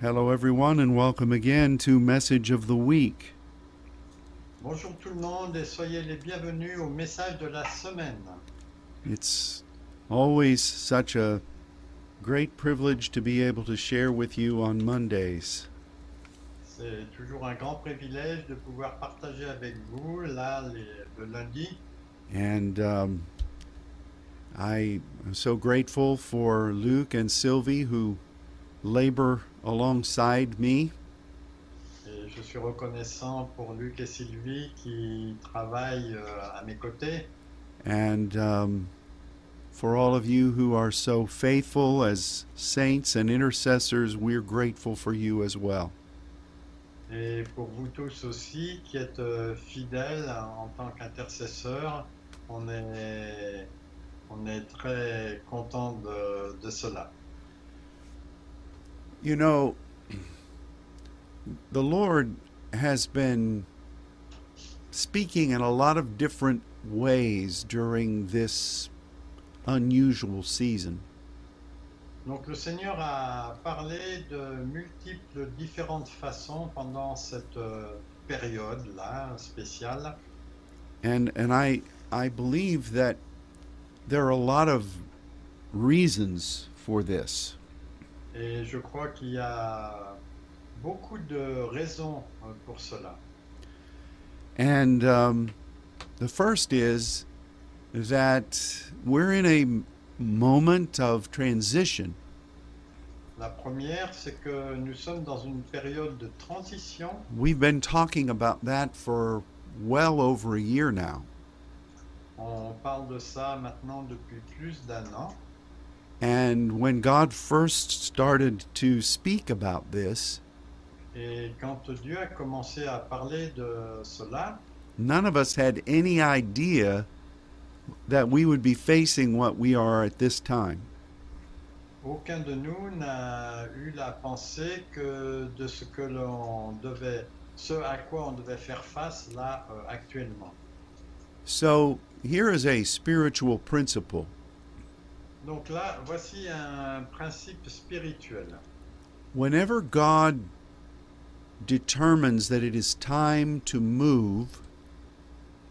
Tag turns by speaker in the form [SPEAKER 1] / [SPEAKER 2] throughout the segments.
[SPEAKER 1] Hello, everyone, and welcome again to Message of the Week.
[SPEAKER 2] Bonjour tout le monde et soyez les bienvenus au message de la semaine.
[SPEAKER 1] It's always such a great privilege to be able to share with you on Mondays.
[SPEAKER 2] C'est toujours un grand privilège de pouvoir partager avec vous là les- le lundi.
[SPEAKER 1] And um, I am so grateful for Luke and Sylvie who labor alongside me.
[SPEAKER 2] Et je suis reconnaissant pour Luc et Sylvie qui travaillent euh, à mes côtés
[SPEAKER 1] And um, for all of you who are so faithful as saints and intercessors, we're grateful for you as well.
[SPEAKER 2] et pour vous tous aussi qui êtes euh, fidèles en tant qu'intercesseurs. On est, on est très content de- de cela.
[SPEAKER 1] You know, the Lord has been speaking in a lot of different ways during this unusual season.
[SPEAKER 2] Donc le Seigneur a parlé de multiples différentes façons pendant cette euh, période-là spéciale.
[SPEAKER 1] And and I I believe that there are a lot of reasons for this.
[SPEAKER 2] Et je crois qu'il y a beaucoup de raisons euh, pour cela.
[SPEAKER 1] And um, the first is that we're in a moment of transition.
[SPEAKER 2] La première, c'est que nous sommes dans une période de transition.
[SPEAKER 1] We've been talking about that for well over a year now.
[SPEAKER 2] On parle de ça maintenant depuis plus d'un an.
[SPEAKER 1] And when God first started to speak about this,
[SPEAKER 2] Et quand Dieu a commencé à parler de cela,
[SPEAKER 1] none of us had any idea that we would be facing what we are at this time.
[SPEAKER 2] Aucun de nous n'a eu la pensée que de ce que l'on devait, ce à quoi on devait faire face là euh, actuellement.
[SPEAKER 1] So here is a spiritual principle
[SPEAKER 2] Donc là, voici un principe spirituel.
[SPEAKER 1] Whenever God determines that it is time to move,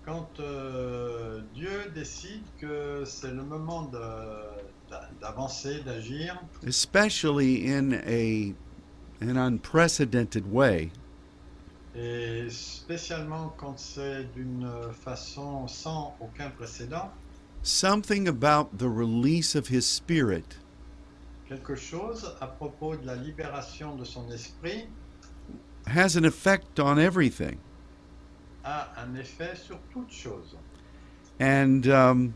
[SPEAKER 2] Quand euh, Dieu décide que c'est le moment de- d'a- d'avancer, d'agir,
[SPEAKER 1] especially in a an unprecedented way,
[SPEAKER 2] et spécialement quand c'est d'une façon sans aucun précédent,
[SPEAKER 1] something about the release of his spirit
[SPEAKER 2] quelque chose à propos de la libération de son esprit
[SPEAKER 1] has an effect on everything.
[SPEAKER 2] a un effet sur toute chose.
[SPEAKER 1] and um,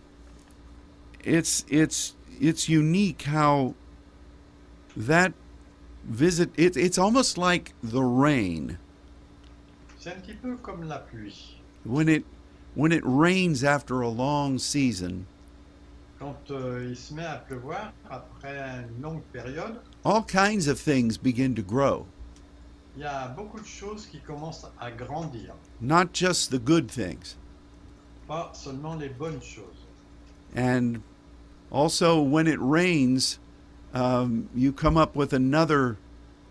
[SPEAKER 1] it's it's it's unique how that visit it, it's almost like the rain
[SPEAKER 2] C'est un petit peu comme la pluie.
[SPEAKER 1] when it when it rains after a long season
[SPEAKER 2] Quand euh, il se met à pleuvoir, après une longue période,
[SPEAKER 1] all kinds of things begin to grow
[SPEAKER 2] il y a beaucoup de choses qui commencent à grandir.
[SPEAKER 1] not just the good things
[SPEAKER 2] Pas seulement les bonnes choses.
[SPEAKER 1] and also when it rains um, you come up with another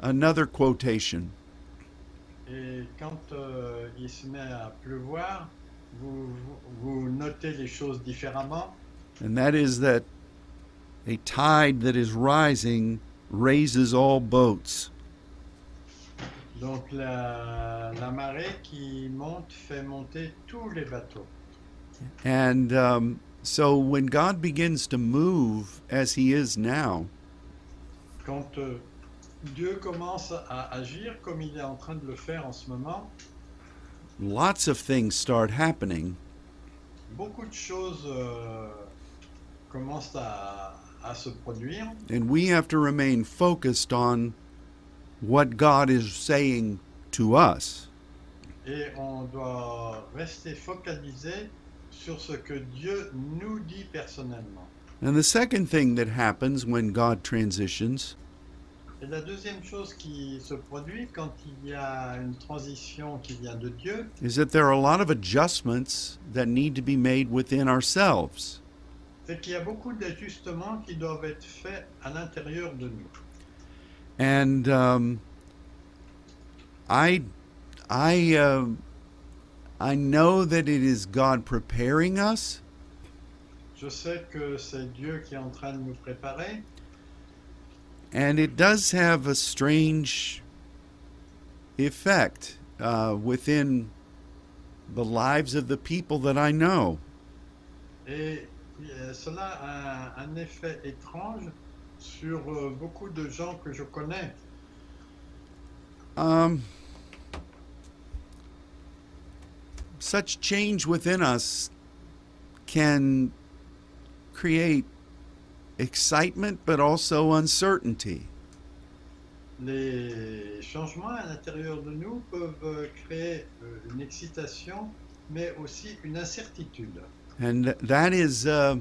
[SPEAKER 1] another quotation
[SPEAKER 2] Et quand euh, il se met à pleuvoir, vous, vous- vous notez les choses différemment.
[SPEAKER 1] and that is that a tide that is rising raises all boats.
[SPEAKER 2] Donc la, la marée qui monte fait monter tous les bateaux.
[SPEAKER 1] And um, so when God begins to move as He is now,
[SPEAKER 2] Quand euh, Dieu commence à agir comme il est en train de le faire en ce moment,
[SPEAKER 1] lots of things start happening.
[SPEAKER 2] Beaucoup de choses euh, commencent à, à se produire
[SPEAKER 1] And we have to remain focused on what God is saying to us.
[SPEAKER 2] et on doit rester focalisé sur ce que Dieu nous dit personnellement.
[SPEAKER 1] And the second thing that happens when God transitions
[SPEAKER 2] Et la deuxième chose qui se produit quand il y a une transition qui vient de Dieu,
[SPEAKER 1] is that there are a lot of adjustments that need to be made within ourselves.
[SPEAKER 2] c'est qu'il y a beaucoup d'ajustements qui doivent être faits à l'intérieur de nous.
[SPEAKER 1] And um, I, I, uh, I know that it is God preparing us,
[SPEAKER 2] Je sais que c'est Dieu qui est en train de nous préparer
[SPEAKER 1] and it does have a strange effect uh, within the lives of the people that I know.
[SPEAKER 2] et euh, cela a un, un effet étrange sur euh, beaucoup de gens que je connais.
[SPEAKER 1] Um, such change within us can create excitement but also uncertainty.
[SPEAKER 2] Les changements à l'intérieur de nous peuvent euh, créer euh, une excitation, mais aussi une incertitude.
[SPEAKER 1] And th- that is uh,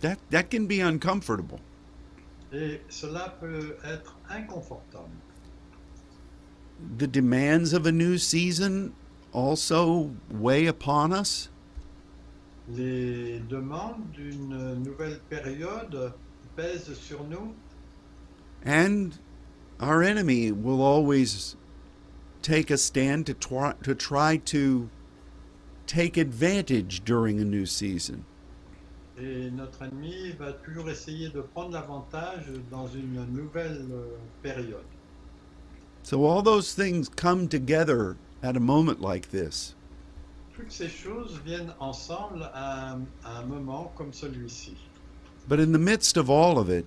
[SPEAKER 1] that that can be uncomfortable.
[SPEAKER 2] Et cela peut être inconfortable.
[SPEAKER 1] The demands of a new season also weigh upon us.
[SPEAKER 2] Les demandes d'une nouvelle période pèsent sur nous
[SPEAKER 1] And our enemy will always take a stand to try to, try to take advantage during a new season.
[SPEAKER 2] et notre ennemi va toujours essayer de prendre l'avantage dans une nouvelle euh, période.
[SPEAKER 1] So all those things come together at a moment like this.
[SPEAKER 2] Toutes ces choses viennent ensemble à un, à un moment comme celui-ci.
[SPEAKER 1] But in the midst of all of it,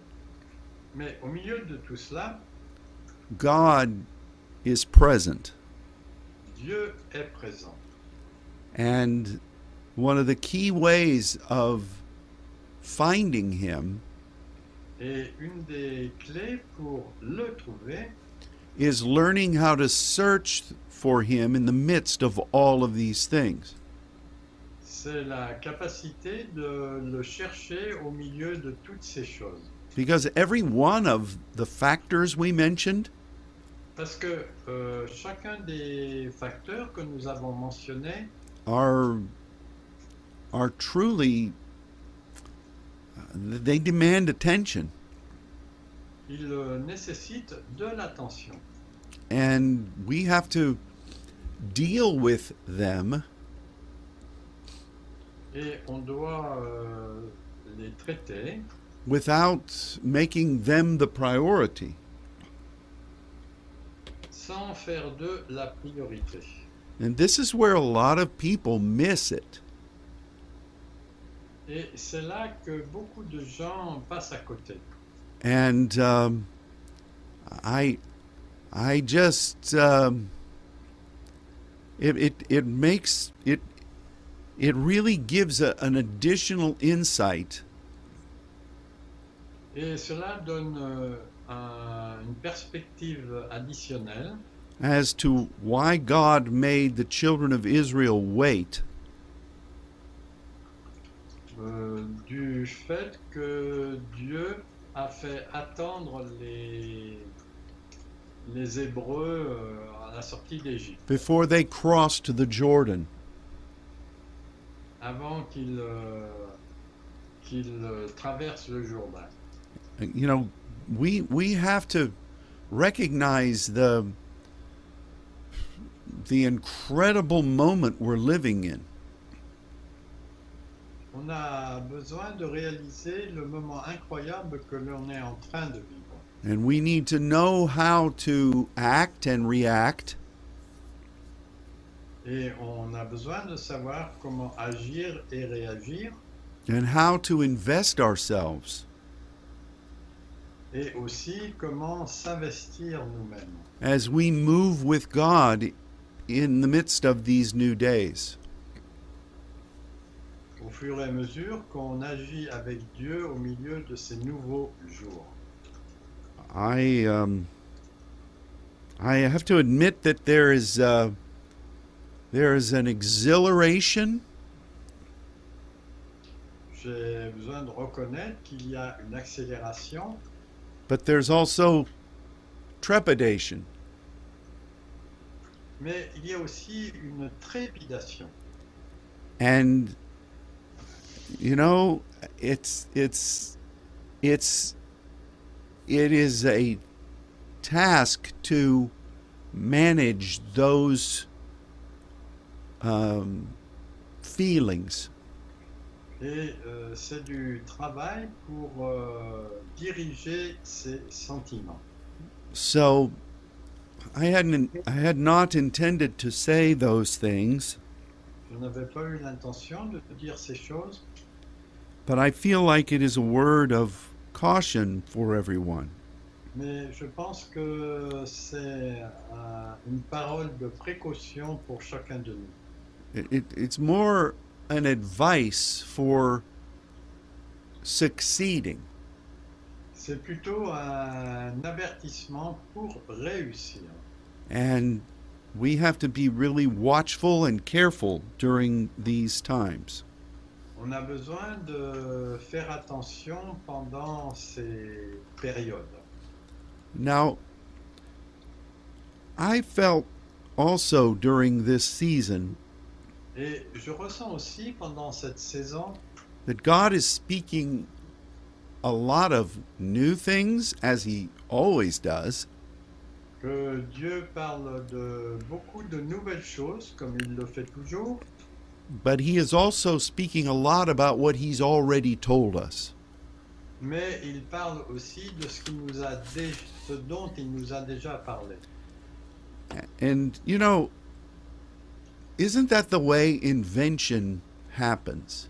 [SPEAKER 2] Mais au milieu de tout cela,
[SPEAKER 1] God is present.
[SPEAKER 2] Dieu est présent.
[SPEAKER 1] And one of the key ways of finding him
[SPEAKER 2] Et une des clés pour le trouver,
[SPEAKER 1] is learning how to search for him in the midst of all of these things.
[SPEAKER 2] c'est la capacité de le chercher au milieu de toutes ces choses.
[SPEAKER 1] Because every one of the factors we mentioned
[SPEAKER 2] Parce que euh, chacun des facteurs que nous avons mentionnés
[SPEAKER 1] are are truly uh, they demand attention
[SPEAKER 2] il euh, nécessite de l'attention.
[SPEAKER 1] and we have to deal with them
[SPEAKER 2] Et on doit euh, les traiter
[SPEAKER 1] without making them the priority.
[SPEAKER 2] sans faire d'eux la priorité.
[SPEAKER 1] And this is where a lot of people miss it.
[SPEAKER 2] Et c'est là que beaucoup de gens passent à côté.
[SPEAKER 1] And um, I I just um, it, it it makes it it really gives a, an additional insight
[SPEAKER 2] Et cela donne euh, un- une perspective additionnelle
[SPEAKER 1] as to why God made the children of Israel wait
[SPEAKER 2] euh, du fait que Dieu a fait attendre les, les Hébreux euh, à la sortie d'Égypte,
[SPEAKER 1] before they crossed the Jordan.
[SPEAKER 2] avant qu'ils euh, qu'ils, euh, traversent le Jourdain.
[SPEAKER 1] you know we we have to recognize the the incredible moment we're living in
[SPEAKER 2] On a besoin de réaliser le moment incroyable que l'on est en train de vivre.
[SPEAKER 1] and we need to know how to act and react
[SPEAKER 2] Et on a besoin de savoir comment agir et réagir,
[SPEAKER 1] and how to invest ourselves
[SPEAKER 2] et aussi comment s'investir nous-mêmes
[SPEAKER 1] as we move with God in the midst of these new days
[SPEAKER 2] au fur et à mesure qu'on agit avec Dieu au milieu de ces nouveaux jours.
[SPEAKER 1] i um i have to admit that there is uh there is an exhilaration
[SPEAKER 2] J'ai besoin de reconnaître qu'il y a une accélération,
[SPEAKER 1] but there's also trepidation
[SPEAKER 2] mais il y a aussi une trépidation.
[SPEAKER 1] and you know it's it's it's it is a task to manage those um, feelings.
[SPEAKER 2] Et euh, c'est du travail pour euh, diriger ses sentiments.
[SPEAKER 1] So I hadn't I had not intended to say those things,
[SPEAKER 2] Je n'avais pas eu l'intention de dire ces choses,
[SPEAKER 1] but I feel like it is a word of caution for everyone.
[SPEAKER 2] mais je pense que c'est un- une parole de précaution pour chacun de nous.
[SPEAKER 1] It, it, it's more an advice for succeeding.
[SPEAKER 2] C'est plutôt un avertissement pour réussir.
[SPEAKER 1] And we have to be really watchful and careful during these times.
[SPEAKER 2] On a besoin de faire attention pendant ces périodes.
[SPEAKER 1] Now, I felt also during this season
[SPEAKER 2] Et je ressens aussi pendant cette saison
[SPEAKER 1] that God is speaking a lot of new things, as He always does,
[SPEAKER 2] que Dieu parle de beaucoup de nouvelles choses, comme il le fait toujours,
[SPEAKER 1] but He is also speaking a lot about what He's already told us.
[SPEAKER 2] mais il parle aussi de ce, qu'il nous a dé- ce dont il nous a déjà parlé.
[SPEAKER 1] And, you know, isn't that the way invention happens?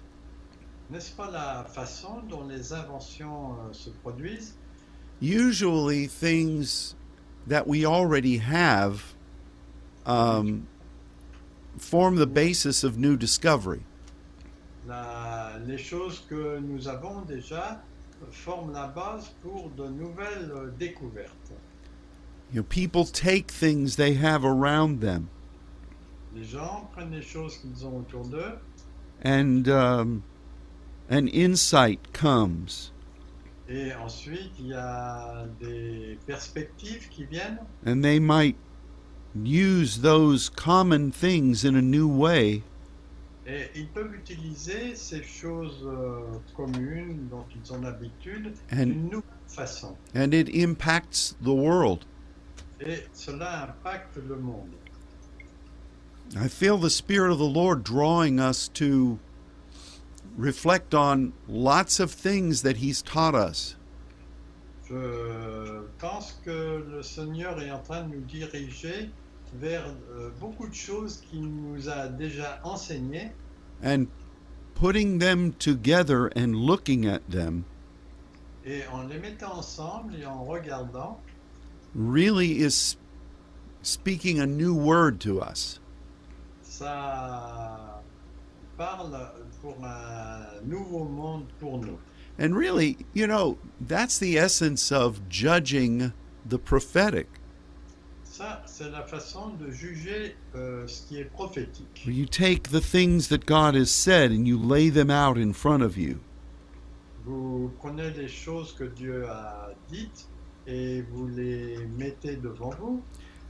[SPEAKER 2] N'est-ce pas la façon dont les inventions euh, se produisent
[SPEAKER 1] usually things that we already have um, form the basis of new discovery.
[SPEAKER 2] La- Les choses que nous avons déjà forment la base pour de nouvelles euh, découvertes.
[SPEAKER 1] You know, people take things they have around them
[SPEAKER 2] Les gens prennent les choses qu'ils ont autour d'eux
[SPEAKER 1] and um, an insight comes
[SPEAKER 2] et ensuite il y a des perspectives qui viennent
[SPEAKER 1] and they might use those common things in a new way
[SPEAKER 2] Et ils peuvent utiliser ces choses euh, communes dont ils ont l'habitude
[SPEAKER 1] And-
[SPEAKER 2] d'une nouvelle façon.
[SPEAKER 1] and it impacts the world.
[SPEAKER 2] Et cela impacte le monde.
[SPEAKER 1] I feel the Spirit of the Lord drawing us to reflect on lots of things that He's taught us.
[SPEAKER 2] Je pense que le Seigneur est en train de nous diriger vers euh, beaucoup de choses qu'il nous a déjà enseignées
[SPEAKER 1] And putting them together and looking at them
[SPEAKER 2] et en les mettant ensemble et en regardant,
[SPEAKER 1] really is speaking a new word to us.
[SPEAKER 2] ça parle pour un nouveau monde pour nous.
[SPEAKER 1] And really, you know, that's the essence of judging the prophetic.
[SPEAKER 2] Ça, c'est la façon de juger euh, ce qui est prophétique.
[SPEAKER 1] You take the things that God has said and you lay them out in front of you.
[SPEAKER 2] Vous prenez les choses que Dieu a dites et vous les mettez devant vous,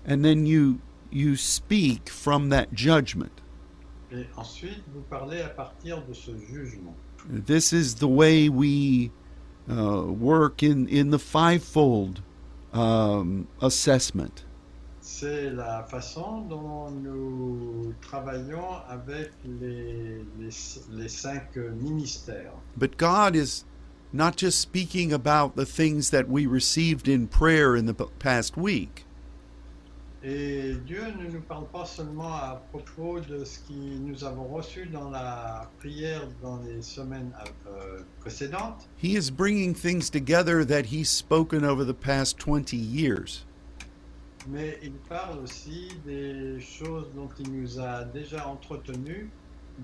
[SPEAKER 1] And then you you speak from that judgment.
[SPEAKER 2] et ensuite vous parlez à partir de ce jugement.
[SPEAKER 1] This is the way we uh, work in, in the fivefold um, assessment.
[SPEAKER 2] C'est la façon dont nous travaillons avec les, les, les cinq ministères.
[SPEAKER 1] But God is not just speaking about the things that we received in prayer in the p- past week,
[SPEAKER 2] Et Dieu ne nous parle pas seulement à propos de ce que nous avons reçu dans la prière dans les semaines euh, précédentes.
[SPEAKER 1] He is bringing things together that He's spoken over the past 20 years.
[SPEAKER 2] Mais il parle aussi des choses dont il nous a déjà entretenus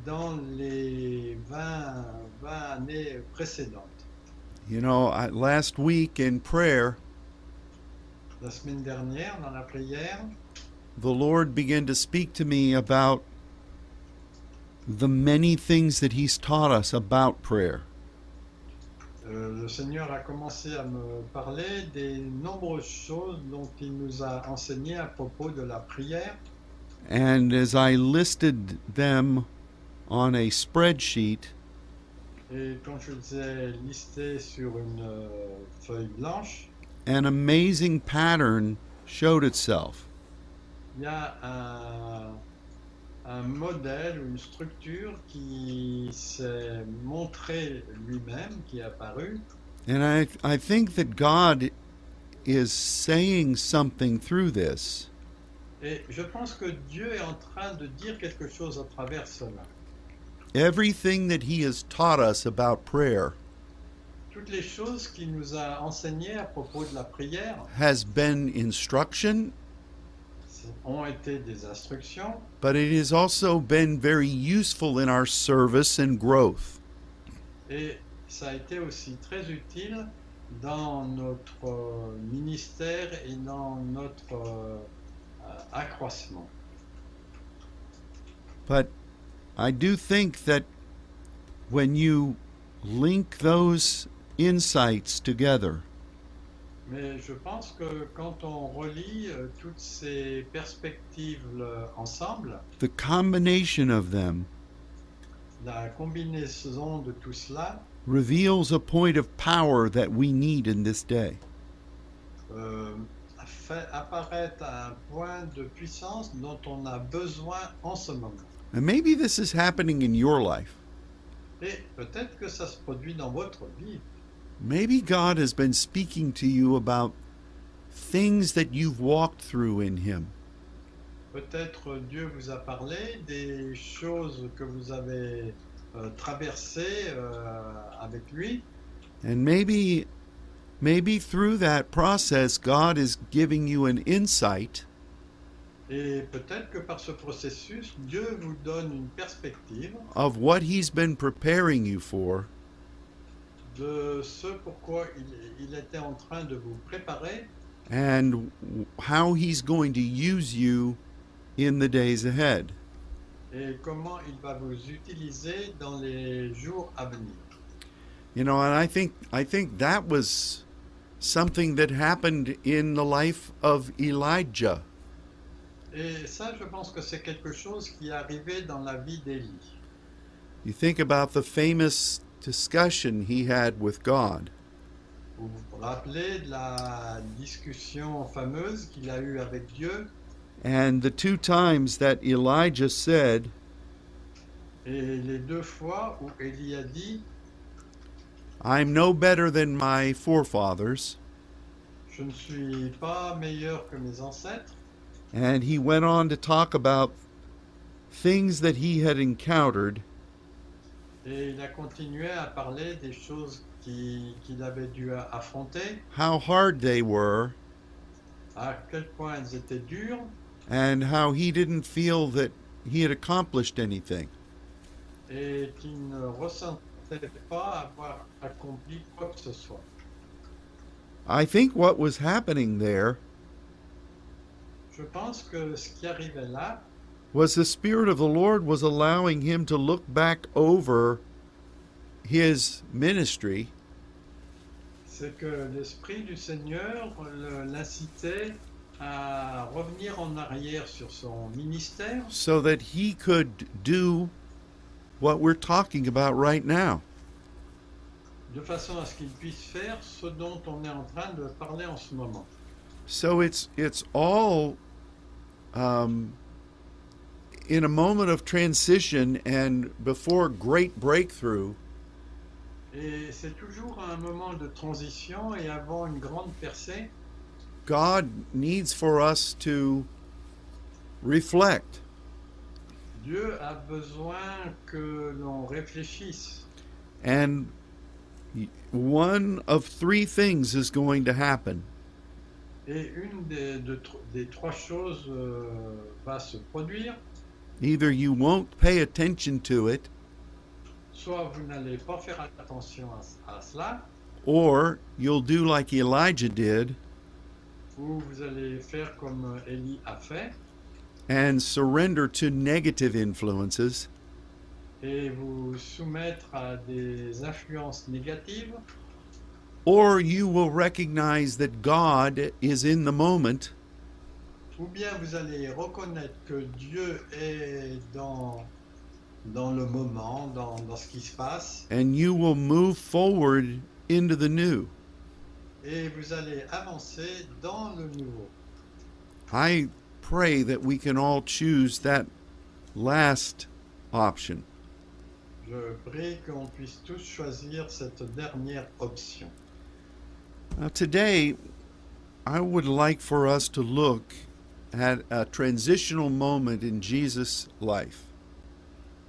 [SPEAKER 2] dans les 20, 20 années précédentes.
[SPEAKER 1] You know, I, last week in prayer,
[SPEAKER 2] La semaine dernière, dans la prière,
[SPEAKER 1] the Lord began to speak to me about the many things that He's taught us about prayer.
[SPEAKER 2] euh, le Seigneur a commencé à me parler des nombreuses choses dont il nous a enseigné à propos de la prière.
[SPEAKER 1] And as I listed them on a spreadsheet,
[SPEAKER 2] Et quand je les ai listées sur une euh, feuille blanche,
[SPEAKER 1] an amazing pattern showed itself.
[SPEAKER 2] Il y a un, un modèle ou une structure qui s'est montré lui-même, qui est apparu.
[SPEAKER 1] And I, I think that God is saying something through this.
[SPEAKER 2] Et je pense que Dieu est en train de dire quelque chose à travers cela.
[SPEAKER 1] Everything that He has taught us about prayer
[SPEAKER 2] Toutes les choses qu'il nous a enseignées à propos de la prière
[SPEAKER 1] has been instruction,
[SPEAKER 2] ont été des instructions,
[SPEAKER 1] but it has also been very useful in our service and growth.
[SPEAKER 2] Et ça a été aussi très utile dans notre euh, ministère et dans notre euh, euh, accroissement.
[SPEAKER 1] But I do think that when you link those insights together,
[SPEAKER 2] Mais je pense que quand on relie euh, toutes ces perspectives euh, ensemble,
[SPEAKER 1] the combination of them
[SPEAKER 2] la combinaison de tout cela
[SPEAKER 1] reveals a point of power that we need in this day.
[SPEAKER 2] euh, fait apparaître un point de puissance dont on a besoin en ce moment.
[SPEAKER 1] And maybe this is happening in your life.
[SPEAKER 2] Et peut-être que ça se produit dans votre vie.
[SPEAKER 1] Maybe God has been speaking to you about things that you've walked through in Him.
[SPEAKER 2] Peut-être Dieu vous a parlé des choses que vous avez euh, traversées euh, avec lui.
[SPEAKER 1] And maybe maybe through that process God is giving you an insight
[SPEAKER 2] Et peut-être que par ce processus, Dieu vous donne une perspective
[SPEAKER 1] of what he's been preparing you for
[SPEAKER 2] de ce pourquoi il, il était en train de vous préparer
[SPEAKER 1] and w- how he's going to use you in the days ahead.
[SPEAKER 2] et comment il va vous utiliser dans les jours à venir.
[SPEAKER 1] You know, and I think I think that was something that happened in the life of Elijah.
[SPEAKER 2] Et ça, je pense que c'est quelque chose qui est arrivé dans la vie d'Élie.
[SPEAKER 1] You think about the famous discussion he had with God.
[SPEAKER 2] Vous vous rappelez de la discussion fameuse qu'il a eue avec Dieu
[SPEAKER 1] And the two times that Elijah said,
[SPEAKER 2] Et les deux fois où Élie a dit
[SPEAKER 1] I'm no better than my forefathers,
[SPEAKER 2] Je ne suis pas meilleur que mes ancêtres.
[SPEAKER 1] and he went on to talk about things that he had encountered,
[SPEAKER 2] Et il a continué à parler des choses qui- qu'il avait dû a- affronter,
[SPEAKER 1] how hard they were,
[SPEAKER 2] à quel point elles étaient dures,
[SPEAKER 1] and how he didn't feel that he had accomplished anything.
[SPEAKER 2] et qu'il ne ressentait pas avoir accompli quoi que ce soit.
[SPEAKER 1] I think what was happening there
[SPEAKER 2] Je pense que ce qui arrivait là,
[SPEAKER 1] was the Spirit of the Lord was allowing him to look back over his ministry
[SPEAKER 2] c'est que l'Esprit du Seigneur le- l'incitait à revenir en arrière sur son ministère
[SPEAKER 1] so that he could do what we're talking about right now.
[SPEAKER 2] de façon à ce qu'il puisse faire ce dont on est en train de parler en ce moment.
[SPEAKER 1] So it's it's all um, in a moment of transition and before great breakthrough.
[SPEAKER 2] Et c'est toujours un moment de transition et avant une grande percée,
[SPEAKER 1] God needs for us to reflect
[SPEAKER 2] Dieu a besoin que l'on réfléchisse.
[SPEAKER 1] and y- one of three things is going to happen.
[SPEAKER 2] Et une des, de tr- des trois choses euh, va se produire.
[SPEAKER 1] Either you won't pay attention to it
[SPEAKER 2] Soit vous n'allez pas faire attention à, à cela,
[SPEAKER 1] or you'll do like Elijah did
[SPEAKER 2] ou vous allez faire comme Élie a fait,
[SPEAKER 1] and surrender to negative influences
[SPEAKER 2] et vous soumettre à des influences négatives,
[SPEAKER 1] Or you will recognize that God is in the moment
[SPEAKER 2] ou bien vous allez reconnaître que Dieu est dans, dans le moment, dans, dans ce qui se passe,
[SPEAKER 1] and you will move forward into the new.
[SPEAKER 2] et vous allez avancer dans le nouveau.
[SPEAKER 1] I pray that we can all choose that last option.
[SPEAKER 2] Je prie qu'on puisse tous choisir cette dernière option.
[SPEAKER 1] Now, today, I would like for us to look at a transitional moment in Jesus' life.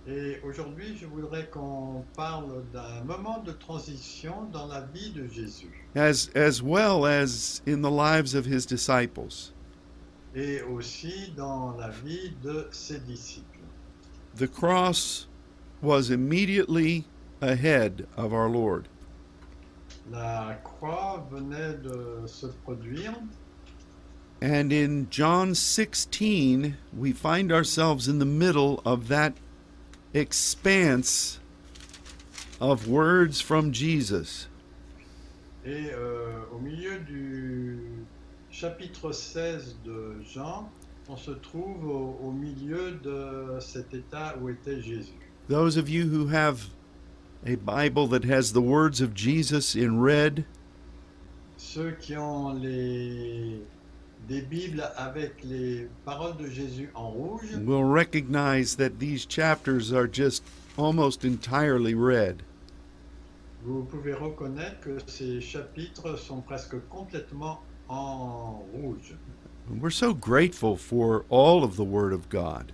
[SPEAKER 2] Et aujourd'hui, je voudrais qu'on parle d'un moment de transition dans la vie de Jésus
[SPEAKER 1] as as well as in the lives of his disciples.
[SPEAKER 2] et aussi dans la vie de ses disciples.
[SPEAKER 1] The cross was immediately ahead of our Lord.
[SPEAKER 2] La croix venait de se produire
[SPEAKER 1] And in John 16, we find ourselves in the middle of that expanse of words from Jesus.
[SPEAKER 2] et euh, au milieu du chapitre 16 de Jean, on se trouve au, au milieu de cet état où était Jésus.
[SPEAKER 1] Those of you who have a Bible that has the words of Jesus in red,
[SPEAKER 2] Ceux qui ont les, des Bibles avec les paroles de Jésus en rouge,
[SPEAKER 1] will recognize that these chapters are just almost entirely red.
[SPEAKER 2] Vous pouvez reconnaître que ces chapitres sont presque complètement en rouge.
[SPEAKER 1] And we're so grateful for all of the Word of God.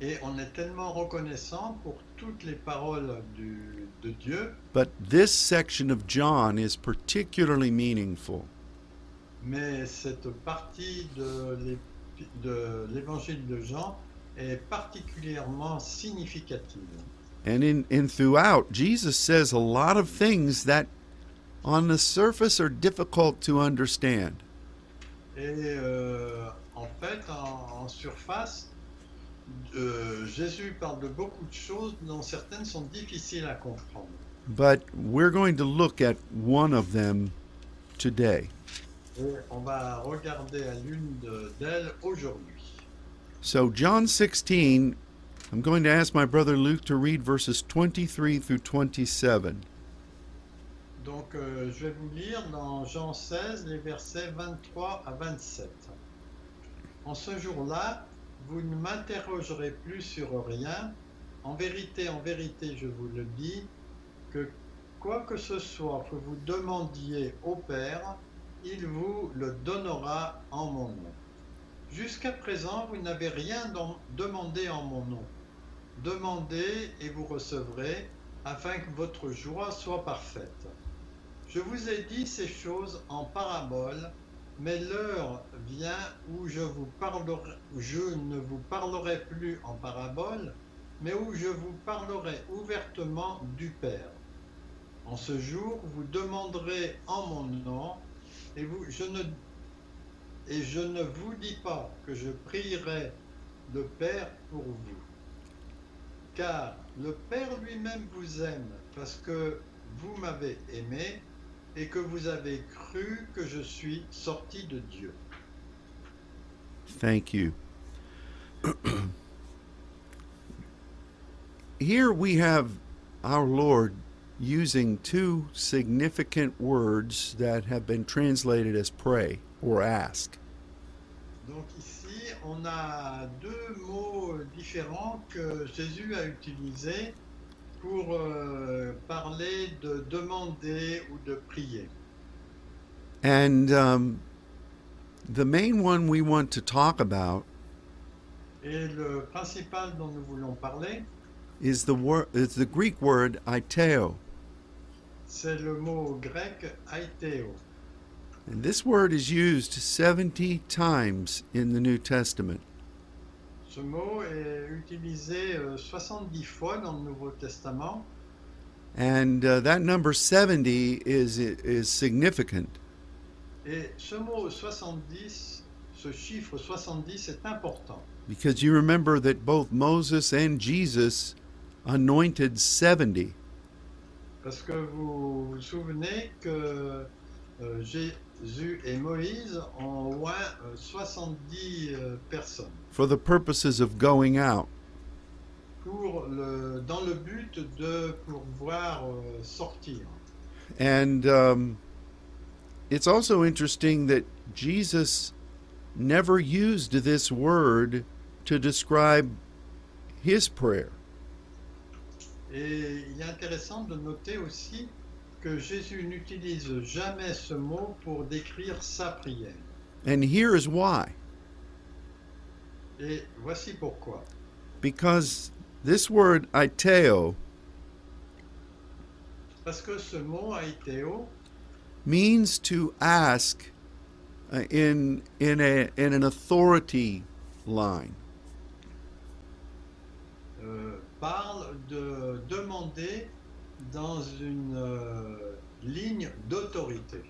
[SPEAKER 2] Et on est tellement reconnaissant pour toutes les paroles du- de Dieu,
[SPEAKER 1] But this section of John is particularly meaningful.
[SPEAKER 2] mais cette partie de l'ép- de l'évangile de Jean est particulièrement significative.
[SPEAKER 1] And in, in throughout, Jesus says a lot of things that on the surface are difficult to understand.
[SPEAKER 2] Et euh, en fait, en, en surface, euh, Jésus parle de beaucoup de choses dont certaines sont difficiles à comprendre.
[SPEAKER 1] But we're going to look at one of them today.
[SPEAKER 2] Et on va regarder à l'une de- d'elles aujourd'hui.
[SPEAKER 1] So, John 16, I'm going to ask my brother Luke to read verses 23 through 27.
[SPEAKER 2] Donc euh, je vais vous lire dans Jean 16 les versets 23 à 27. En ce jour-là, vous ne m'interrogerez plus sur rien. En vérité, en vérité, je vous le dis, que quoi que ce soit que vous demandiez au Père, il vous le donnera en mon nom. Jusqu'à présent, vous n'avez rien don- demandé en mon nom. Demandez et vous recevrez, afin que votre joie soit parfaite. Je vous ai dit ces choses en parabole, mais l'heure vient où je, vous parlerai- je ne vous parlerai plus en parabole, mais où je vous parlerai ouvertement du Père. En ce jour, vous demanderez en mon nom, et, vous- je, ne, et je ne vous dis pas que je prierai le Père pour vous car le Père lui-même vous aime, parce que vous m'avez aimé et que vous avez cru que je suis sorti de Dieu.
[SPEAKER 1] Thank you. Here we have our Lord using two significant words that have been translated as pray or ask.
[SPEAKER 2] Donc ici, on a deux mots différents que Jésus a utilisés pour euh, parler de demander ou de prier.
[SPEAKER 1] And um, the main one we want to talk about
[SPEAKER 2] Et le principal dont nous voulons parler,
[SPEAKER 1] is the, wor- is the Greek word aiteo.
[SPEAKER 2] c'est le mot grec aiteo.
[SPEAKER 1] And this word is used 70 times in the New Testament.
[SPEAKER 2] Ce mot est utilisé euh, 70 fois dans le Nouveau Testament
[SPEAKER 1] And uh, that number 70 is, is significant.
[SPEAKER 2] Et ce mot 70, ce chiffre 70 est important.
[SPEAKER 1] Because you remember that both Moses and Jesus anointed 70.
[SPEAKER 2] Parce que vous vous souvenez que euh, Jésus et Moïse ont au moins euh, 70 euh, personnes
[SPEAKER 1] for the purposes of going out.
[SPEAKER 2] pour le, dans le but de pouvoir euh, sortir.
[SPEAKER 1] And um, it's also interesting that Jesus never used this word to describe his prayer.
[SPEAKER 2] Et il est intéressant de noter aussi que Jésus n'utilise jamais ce mot pour décrire sa prière.
[SPEAKER 1] And here is why
[SPEAKER 2] Et voici pourquoi.
[SPEAKER 1] because this word aiteo
[SPEAKER 2] Parce que ce mot aithéo
[SPEAKER 1] means to ask uh, in in a in an authority line.
[SPEAKER 2] euh, parle de demander dans une euh, ligne d'autorité.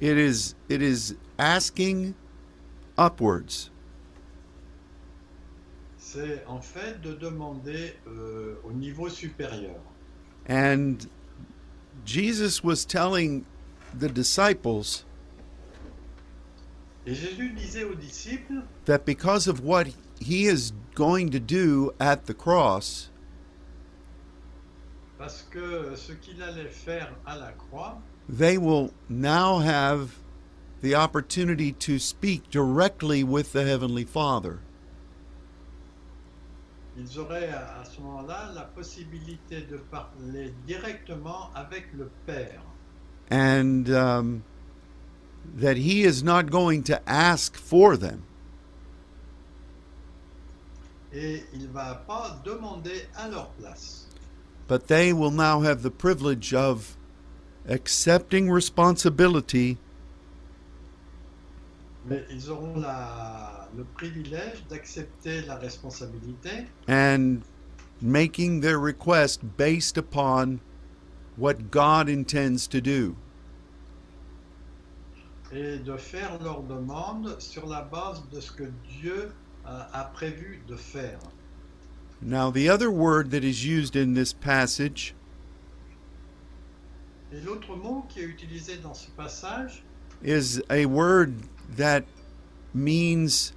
[SPEAKER 1] It is it is asking upwards.
[SPEAKER 2] C'est en fait de demander euh, au niveau supérieur.
[SPEAKER 1] And Jesus was telling the disciples
[SPEAKER 2] Et Jésus disait aux disciples
[SPEAKER 1] that because of what he is going to do at the cross,
[SPEAKER 2] parce que ce qu'il allait faire à la croix,
[SPEAKER 1] they will now have the opportunity to speak directly with the heavenly Father.
[SPEAKER 2] ils auraient à à ce moment-là la possibilité de parler directement avec le Père.
[SPEAKER 1] and um, that he is not going to ask for them.
[SPEAKER 2] Et il ne va pas demander à leur place.
[SPEAKER 1] But they will now have the privilege of accepting responsibility
[SPEAKER 2] Mais ils auront la- le privilège d'accepter la responsabilité
[SPEAKER 1] and making their request based upon what God intends to do.
[SPEAKER 2] et de faire leur demande sur la base de ce que Dieu euh, a prévu de faire.
[SPEAKER 1] Now, the other word that is used in this passage
[SPEAKER 2] Et l'autre mot qui est utilisé dans ce passage,
[SPEAKER 1] is a word that means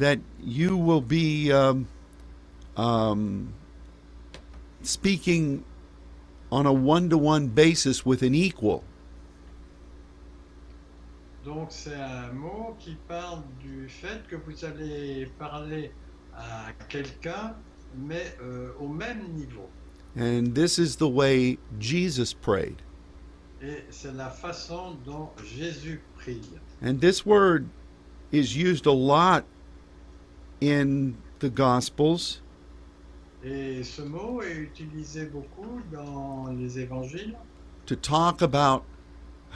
[SPEAKER 1] that you will be um, um, speaking on a one to one basis with an equal.
[SPEAKER 2] donc c'est un mot qui parle du fait que vous allez parler à quelqu'un, mais euh, au même niveau.
[SPEAKER 1] And this is the way Jesus prayed.
[SPEAKER 2] Et c'est la façon dont Jésus prie.
[SPEAKER 1] And this word is used a lot in the Gospels.
[SPEAKER 2] Et ce mot est utilisé beaucoup dans les évangiles
[SPEAKER 1] to talk about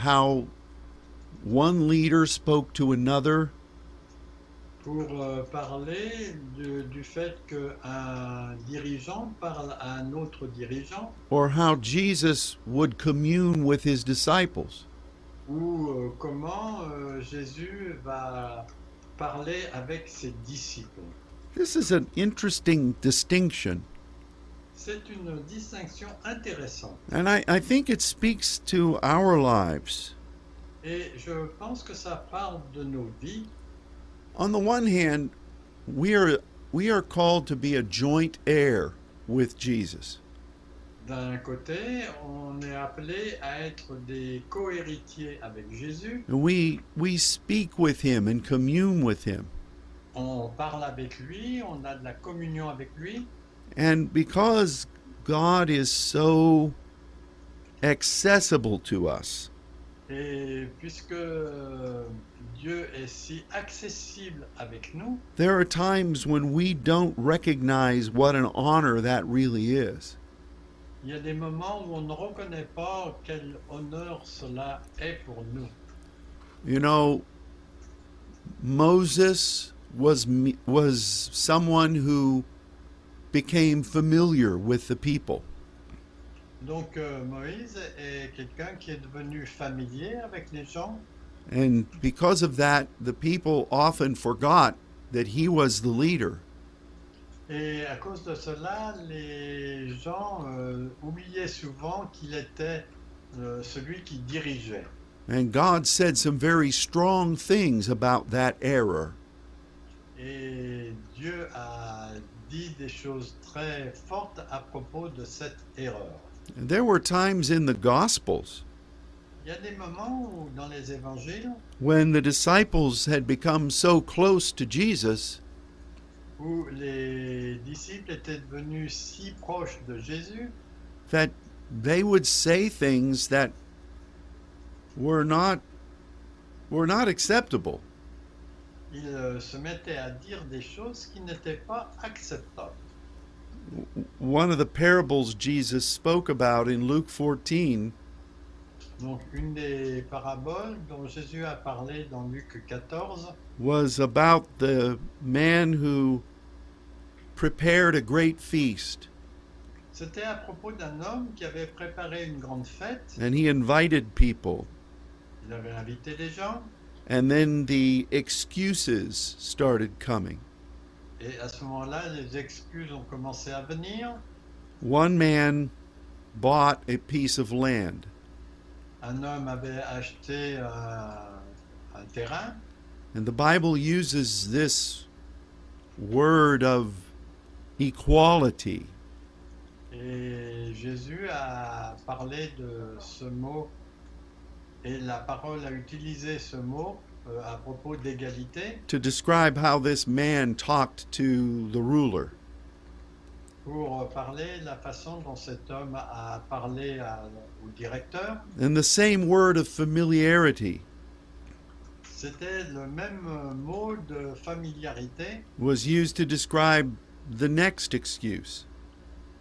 [SPEAKER 1] how one leader spoke to another
[SPEAKER 2] pour euh, parler de- du fait qu'un dirigeant parle à un autre dirigeant
[SPEAKER 1] or how Jesus would commune with his disciples.
[SPEAKER 2] ou euh, comment euh, Jésus va parler avec ses disciples.
[SPEAKER 1] This is an interesting distinction,
[SPEAKER 2] C'est une distinction intéressante
[SPEAKER 1] and I, I think it speaks to our lives.
[SPEAKER 2] et je pense que ça parle de nos vies.
[SPEAKER 1] On the one hand, we are, we are called to be a joint heir with Jesus,
[SPEAKER 2] D'un côté, on est appelé à être des cohéritiers avec Jésus.
[SPEAKER 1] and we, we speak with him and commune with him.
[SPEAKER 2] On parle avec lui, on a de la communion avec lui.
[SPEAKER 1] And because God is so accessible to us,
[SPEAKER 2] Et puisque euh, Dieu est si accessible avec nous,
[SPEAKER 1] there are times when we don't recognize what an honor that really is.
[SPEAKER 2] il y a des moments où on ne reconnaît pas quel honneur cela est pour nous.
[SPEAKER 1] You know, Moses was me- was someone who became familiar with the people.
[SPEAKER 2] Donc euh, Moïse est quelqu'un qui est devenu familier avec les gens
[SPEAKER 1] And because of that, the people often forgot that he was the leader.
[SPEAKER 2] et à cause de cela, les gens euh, oubliaient souvent qu'il était euh, celui qui dirigeait.
[SPEAKER 1] And God said some very strong things about that error.
[SPEAKER 2] Et Dieu a dit des choses très fortes à propos de cette erreur.
[SPEAKER 1] There were times in the Gospels
[SPEAKER 2] Il il y a des moments où, dans les évangiles
[SPEAKER 1] when the disciples had become so close to Jesus
[SPEAKER 2] où les disciples étaient devenus si proches de Jésus
[SPEAKER 1] that they would say things that were not were not acceptable.
[SPEAKER 2] ils euh, se mettaient à dire des choses qui n'étaient pas acceptables.
[SPEAKER 1] One of the parables Jesus spoke about in Luke 14
[SPEAKER 2] Donc une des paraboles dont Jésus a parlé dans Luc 14,
[SPEAKER 1] was about the man who prepared a great feast
[SPEAKER 2] c'était à propos d'un homme qui avait préparé une grande fête.
[SPEAKER 1] and he invited people
[SPEAKER 2] Il avait invité les gens
[SPEAKER 1] and then the excuses started coming.
[SPEAKER 2] et à ce moment-là, les excuses ont commencé à venir.
[SPEAKER 1] One man bought a piece of land
[SPEAKER 2] Un homme avait acheté un, un terrain
[SPEAKER 1] and the Bible uses this word of equality
[SPEAKER 2] et Jésus a parlé de ce mot et la parole a utilisé ce mot euh, à propos d'égalité.
[SPEAKER 1] to describe how this man talked to the ruler.
[SPEAKER 2] pour parler de la façon dont cet homme a parlé à- au directeur.
[SPEAKER 1] And the same word of familiarity
[SPEAKER 2] C'était le même euh, mot de familiarité
[SPEAKER 1] was used to describe the next excuse.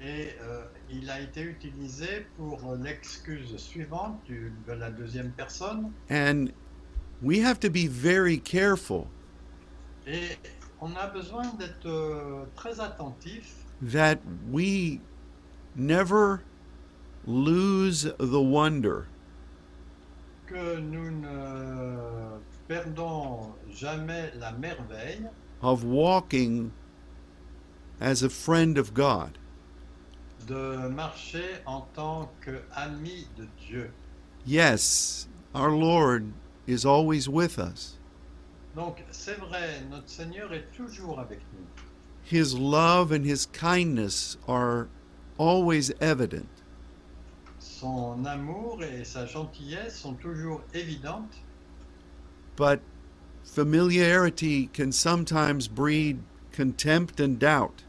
[SPEAKER 2] et euh, il a été utilisé pour l'excuse suivante du- de la deuxième personne.
[SPEAKER 1] And we have to be very careful
[SPEAKER 2] Et on a besoin d'être euh, très attentif
[SPEAKER 1] that we never lose the wonder
[SPEAKER 2] que nous ne perdons jamais la merveille
[SPEAKER 1] of walking as a friend of God.
[SPEAKER 2] de marcher en tant qu'ami de Dieu.
[SPEAKER 1] Yes, our Lord is always with us.
[SPEAKER 2] Donc c'est vrai, notre Seigneur est toujours avec nous.
[SPEAKER 1] His love and his kindness are always evident.
[SPEAKER 2] Son amour et sa gentillesse sont toujours évidentes,
[SPEAKER 1] but familiarity can sometimes breed contempt and doubt.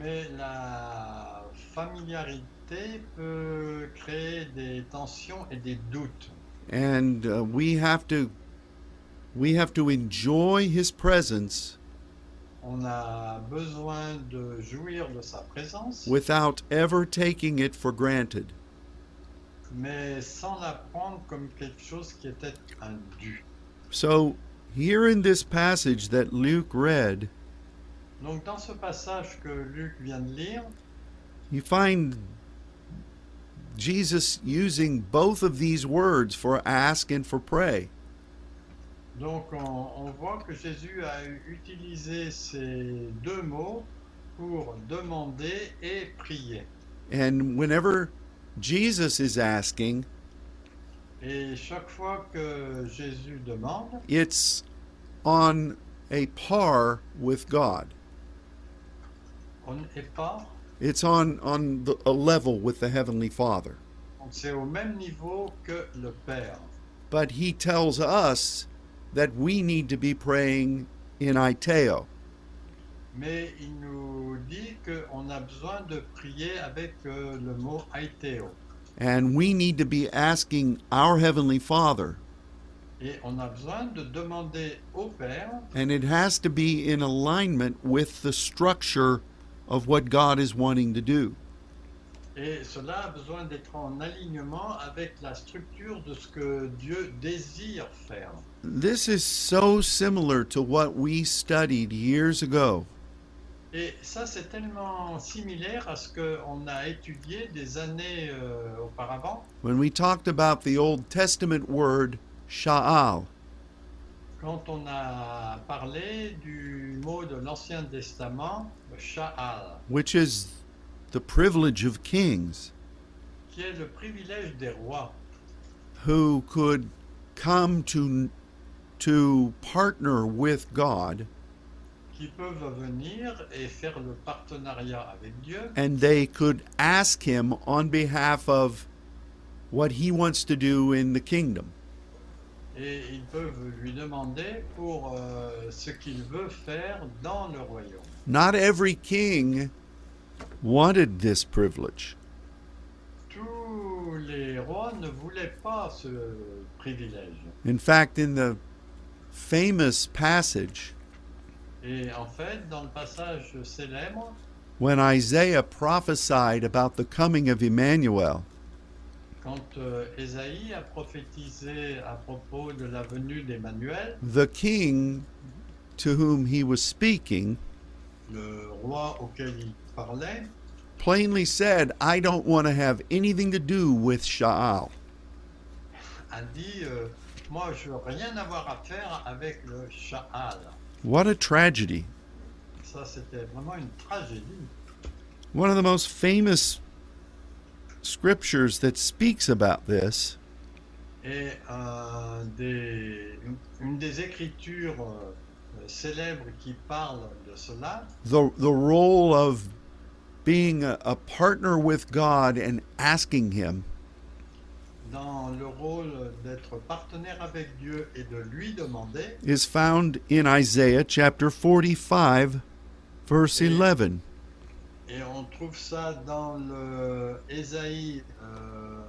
[SPEAKER 2] mais la familiarité peut créer des tensions et des doutes.
[SPEAKER 1] And uh, we have to we have to enjoy his presence
[SPEAKER 2] On a besoin de jouir de sa présence,
[SPEAKER 1] without ever taking it for granted.
[SPEAKER 2] mais sans la prendre comme quelque chose qui était un dû.
[SPEAKER 1] So here in this passage that Luke read,
[SPEAKER 2] Donc dans ce passage que Luc vient de lire,
[SPEAKER 1] you find Jesus using both of these words for ask and for pray.
[SPEAKER 2] Donc on, on voit que Jésus a utilisé ces deux mots pour demander et prier.
[SPEAKER 1] And whenever Jesus is asking,
[SPEAKER 2] Et chaque fois que Jésus demande,
[SPEAKER 1] it's on a par with God.
[SPEAKER 2] on n'est pas,
[SPEAKER 1] It's on on the, a level with the heavenly Father.
[SPEAKER 2] on c'est au même niveau que le Père.
[SPEAKER 1] But he tells us that we need to be praying in Iteo.
[SPEAKER 2] Mais il nous dit qu'on a besoin de prier avec euh, le mot aiteo.
[SPEAKER 1] And we need to be asking our heavenly Father,
[SPEAKER 2] Et on a besoin de demander au Père,
[SPEAKER 1] and it has to be in alignment with the structure of what God is wanting to do.
[SPEAKER 2] et cela a besoin d'être en alignement avec la structure de ce que Dieu désire faire.
[SPEAKER 1] This is so similar to what we studied years ago
[SPEAKER 2] Et ça, c'est tellement similaire à ce qu'on a étudié des années euh, auparavant,
[SPEAKER 1] when we talked about the Old Testament word sha'al.
[SPEAKER 2] quand on a parlé du mot de l'Ancien Testament, le Sha'al,
[SPEAKER 1] which is the privilege of kings
[SPEAKER 2] qui est le privilège des rois,
[SPEAKER 1] who could come to to partner with God
[SPEAKER 2] qui peuvent venir et faire le partenariat avec Dieu,
[SPEAKER 1] and they could ask him on behalf of what he wants to do in the kingdom.
[SPEAKER 2] et ils peuvent lui demander pour euh, ce qu'il veut faire dans le royaume.
[SPEAKER 1] Not every king wanted this privilege.
[SPEAKER 2] Tous les rois ne voulaient pas ce privilège.
[SPEAKER 1] In fact, in the famous passage,
[SPEAKER 2] Et en fait, dans le passage célèbre,
[SPEAKER 1] when Isaiah prophesied about the coming of Emmanuel,
[SPEAKER 2] quand euh, Ésaïe a prophétisé à propos de la venue d'Emmanuel,
[SPEAKER 1] the king to whom he was speaking
[SPEAKER 2] le roi auquel il parlait
[SPEAKER 1] plainly said, I don't want to have anything to do with Sha'al.
[SPEAKER 2] a dit euh, Moi, je veux rien avoir à faire avec le Sha'al.
[SPEAKER 1] What a tragedy.
[SPEAKER 2] Ça, c'était vraiment une tragédie.
[SPEAKER 1] One of the most famous scriptures that speaks about this
[SPEAKER 2] Et euh, des- une- une des écritures euh, euh, célèbres qui parle de cela,
[SPEAKER 1] the, the role of being a, a partner with God and asking Him,
[SPEAKER 2] dans le rôle d'être partenaire avec Dieu et de lui demander,
[SPEAKER 1] is found in Isaiah chapter 45, verse 11.
[SPEAKER 2] et on trouve ça dans le Ésaïe euh,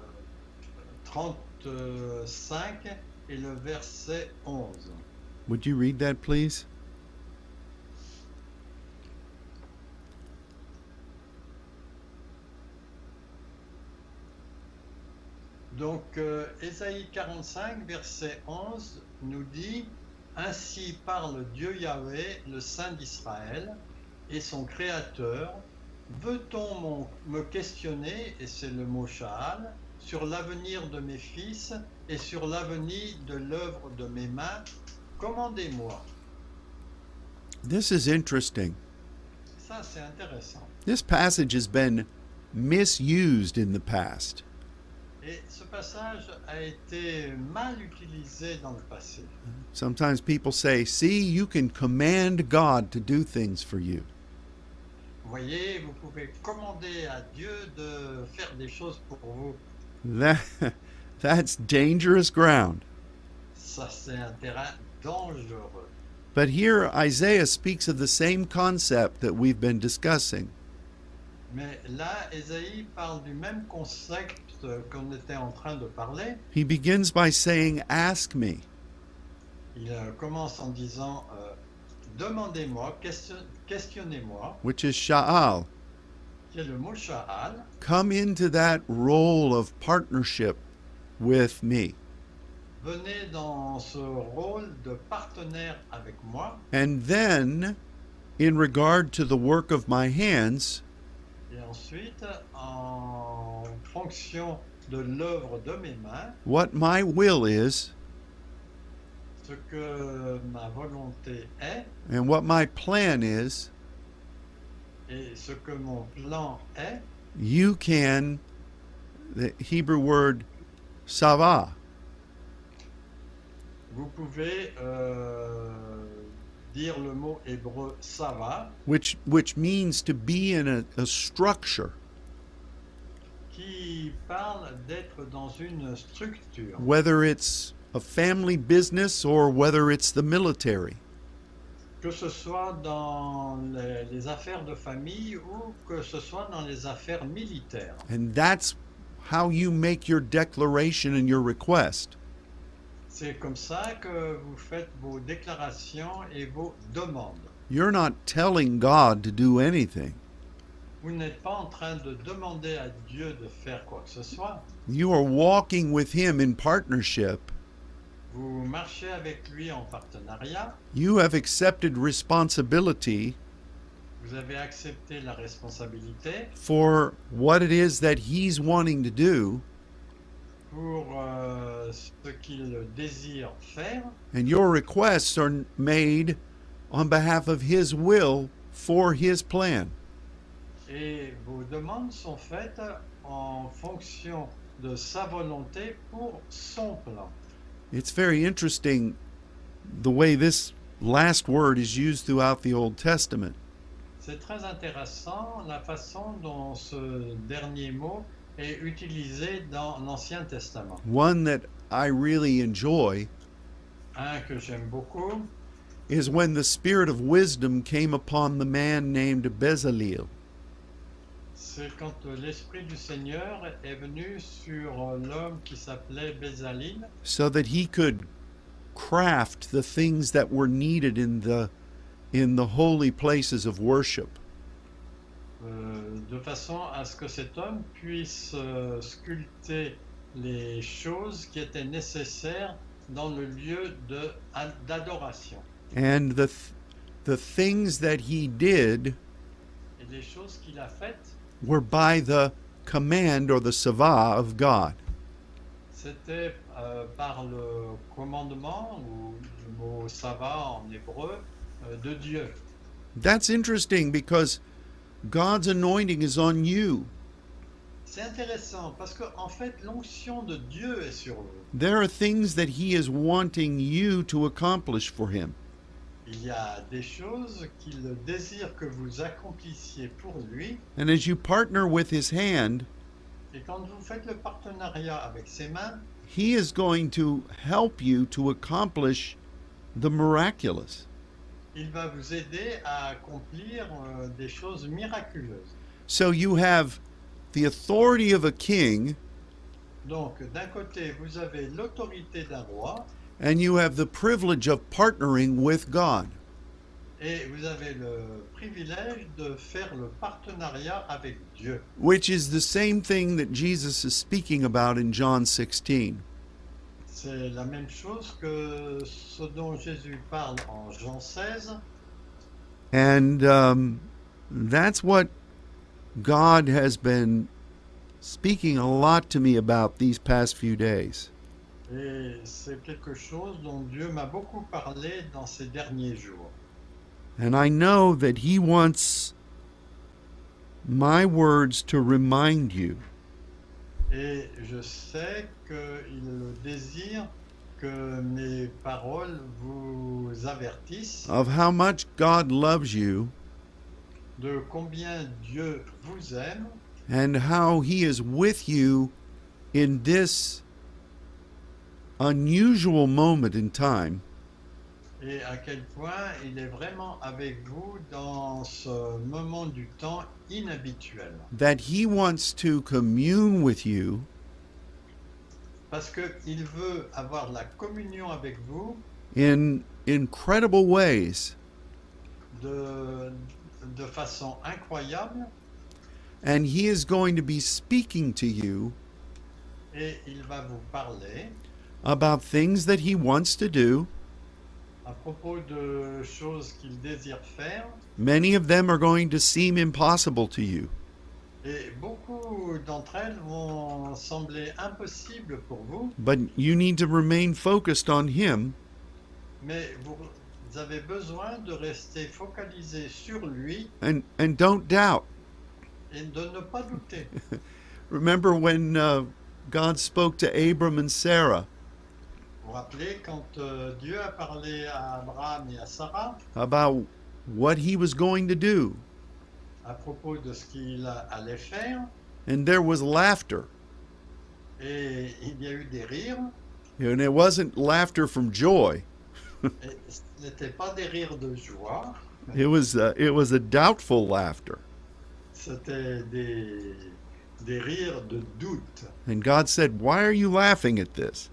[SPEAKER 2] 35 et le verset 11.
[SPEAKER 1] Would you read that, please?
[SPEAKER 2] Donc, euh, Ésaïe 45, verset 11 nous dit Ainsi parle Dieu Yahvé, le Saint d'Israël, et son Créateur. Veut-on mon- me questionner, et c'est le mot Shahal, sur l'avenir de mes fils et sur l'avenir de l'œuvre de mes mains Commandez-moi.
[SPEAKER 1] This is interesting.
[SPEAKER 2] Ça, c'est intéressant.
[SPEAKER 1] This passage has been misused in the past.
[SPEAKER 2] Et ce passage a été mal utilisé dans le passé.
[SPEAKER 1] Sometimes people say, See, you can command God to do things for you.
[SPEAKER 2] Vous voyez, vous pouvez commander à Dieu de faire des choses pour vous.
[SPEAKER 1] That, that's dangerous ground.
[SPEAKER 2] Ça, c'est un terrain dangereux.
[SPEAKER 1] But here Isaiah speaks of the same concept that we've been discussing.
[SPEAKER 2] Mais là, Ésaïe parle du même concept euh, qu'on était en train de parler.
[SPEAKER 1] He begins by saying, Ask me.
[SPEAKER 2] Il euh, commence en disant euh, Demandez-moi, question- questionnez-moi,
[SPEAKER 1] which is Sha'al.
[SPEAKER 2] qui est le mot Sha'al.
[SPEAKER 1] Come into that role of partnership with me.
[SPEAKER 2] Venez dans ce rôle de partenaire avec moi.
[SPEAKER 1] And then, in regard to the work of my hands,
[SPEAKER 2] Et ensuite, en fonction de l'œuvre de mes mains,
[SPEAKER 1] what my will is
[SPEAKER 2] ce que ma volonté est
[SPEAKER 1] and what my plan is,
[SPEAKER 2] et ce que mon plan est,
[SPEAKER 1] you can, the Hebrew word savah,
[SPEAKER 2] vous pouvez euh, dire le mot hébreu sava,
[SPEAKER 1] which, which means to be in a, a structure,
[SPEAKER 2] qui parle d'être dans une structure,
[SPEAKER 1] whether it's a family business or whether it's the military.
[SPEAKER 2] que ce soit dans les, les affaires de famille ou que ce soit dans les affaires militaires.
[SPEAKER 1] And that's how you make your declaration and your request.
[SPEAKER 2] C'est comme ça que vous faites vos déclarations et vos demandes.
[SPEAKER 1] You're not telling God to do anything.
[SPEAKER 2] Vous n'êtes pas en train de demander à Dieu de faire quoi que ce soit.
[SPEAKER 1] You are walking with Him in partnership.
[SPEAKER 2] Vous marchez avec lui en partenariat,
[SPEAKER 1] You have accepted responsibility
[SPEAKER 2] vous avez accepté la responsabilité
[SPEAKER 1] for what it is that He's wanting to do,
[SPEAKER 2] pour euh, ce qu'il désire faire
[SPEAKER 1] and your requests are made on behalf of His will for His plan.
[SPEAKER 2] et vos demandes sont faites en fonction de sa volonté pour son plan.
[SPEAKER 1] It's very interesting the way this last word is used throughout the Old Testament.
[SPEAKER 2] C'est très intéressant la façon dont ce dernier mot est utilisé dans l'Ancien Testament.
[SPEAKER 1] One that I really enjoy
[SPEAKER 2] Un que j'aime beaucoup,
[SPEAKER 1] is when the spirit of wisdom came upon the man named Bezaleel.
[SPEAKER 2] c'est quand euh, l'Esprit du Seigneur est venu sur euh, l'homme qui s'appelait Bézaline,
[SPEAKER 1] so that he could craft the things that were needed in the in the holy places of worship
[SPEAKER 2] euh, de façon à ce que cet homme puisse euh, sculpter les choses qui étaient nécessaires dans le lieu de- d'adoration.
[SPEAKER 1] and the th- the things that he did
[SPEAKER 2] Et les choses qu'il a faites,
[SPEAKER 1] were by the command or the savah of God
[SPEAKER 2] c'était euh, par le commandement, ou le mot sava en hébreu, euh, de Dieu.
[SPEAKER 1] that's interesting because God's anointing is on you
[SPEAKER 2] C'est intéressant parce que en fait l'onction de Dieu est sur vous.
[SPEAKER 1] there are things that he is wanting you to accomplish for him
[SPEAKER 2] Il y a des choses qu'il désire que vous accomplissiez pour lui
[SPEAKER 1] and as you partner with his hand
[SPEAKER 2] et quand vous faites le partenariat avec ses mains,
[SPEAKER 1] he is going to help you to accomplish the miraculous
[SPEAKER 2] il va vous aider à accomplir euh, des choses miraculeuses.
[SPEAKER 1] So you have the authority of a king
[SPEAKER 2] Donc d'un côté vous avez l'autorité d'un roi
[SPEAKER 1] and you have the privilege of partnering with God.
[SPEAKER 2] et vous avez le privilège de faire le partenariat avec Dieu.
[SPEAKER 1] Which is the same thing that Jesus is speaking about in John 16.
[SPEAKER 2] C'est la même chose que ce dont Jésus parle en Jean 16.
[SPEAKER 1] And um, that's what God has been speaking a lot to me about these past few days.
[SPEAKER 2] Et c'est quelque chose dont Dieu m'a beaucoup parlé dans ces derniers jours.
[SPEAKER 1] And I know that He wants my words to remind you
[SPEAKER 2] Et je sais qu'il désire que mes paroles vous avertissent
[SPEAKER 1] of how much God loves you
[SPEAKER 2] de combien Dieu vous aime
[SPEAKER 1] and how he is with you in this unusual moment in time
[SPEAKER 2] et à quel point il est vraiment avec vous dans ce moment du temps inhabituel.
[SPEAKER 1] that he wants to commune with you
[SPEAKER 2] Parce qu'il veut avoir la communion avec vous
[SPEAKER 1] in incredible ways
[SPEAKER 2] de, de façon incroyable
[SPEAKER 1] and he is going to be speaking to you
[SPEAKER 2] et il va vous parler
[SPEAKER 1] about things that he wants to do
[SPEAKER 2] à propos de choses qu'il désire faire,
[SPEAKER 1] many of them are going to seem impossible to you
[SPEAKER 2] et beaucoup d'entre elles vont sembler impossibles pour vous,
[SPEAKER 1] but you need to remain focused on him
[SPEAKER 2] mais vous avez besoin de rester focalisé sur lui
[SPEAKER 1] and and don't doubt
[SPEAKER 2] et de ne pas douter.
[SPEAKER 1] remember when uh, god spoke to abram and sarah
[SPEAKER 2] Vous vous rappelez quand euh, Dieu a parlé à Abraham et à Sarah
[SPEAKER 1] about what he was going to do,
[SPEAKER 2] à propos de ce qu'il allait faire,
[SPEAKER 1] and there was laughter.
[SPEAKER 2] et il y a eu des rires,
[SPEAKER 1] And it wasn't laughter from joy.
[SPEAKER 2] et ce n'étaient pas des rires de joie,
[SPEAKER 1] It was uh, it was a doubtful laughter.
[SPEAKER 2] c'était des, des rires de doute.
[SPEAKER 1] And God said, "Why are you laughing at this?"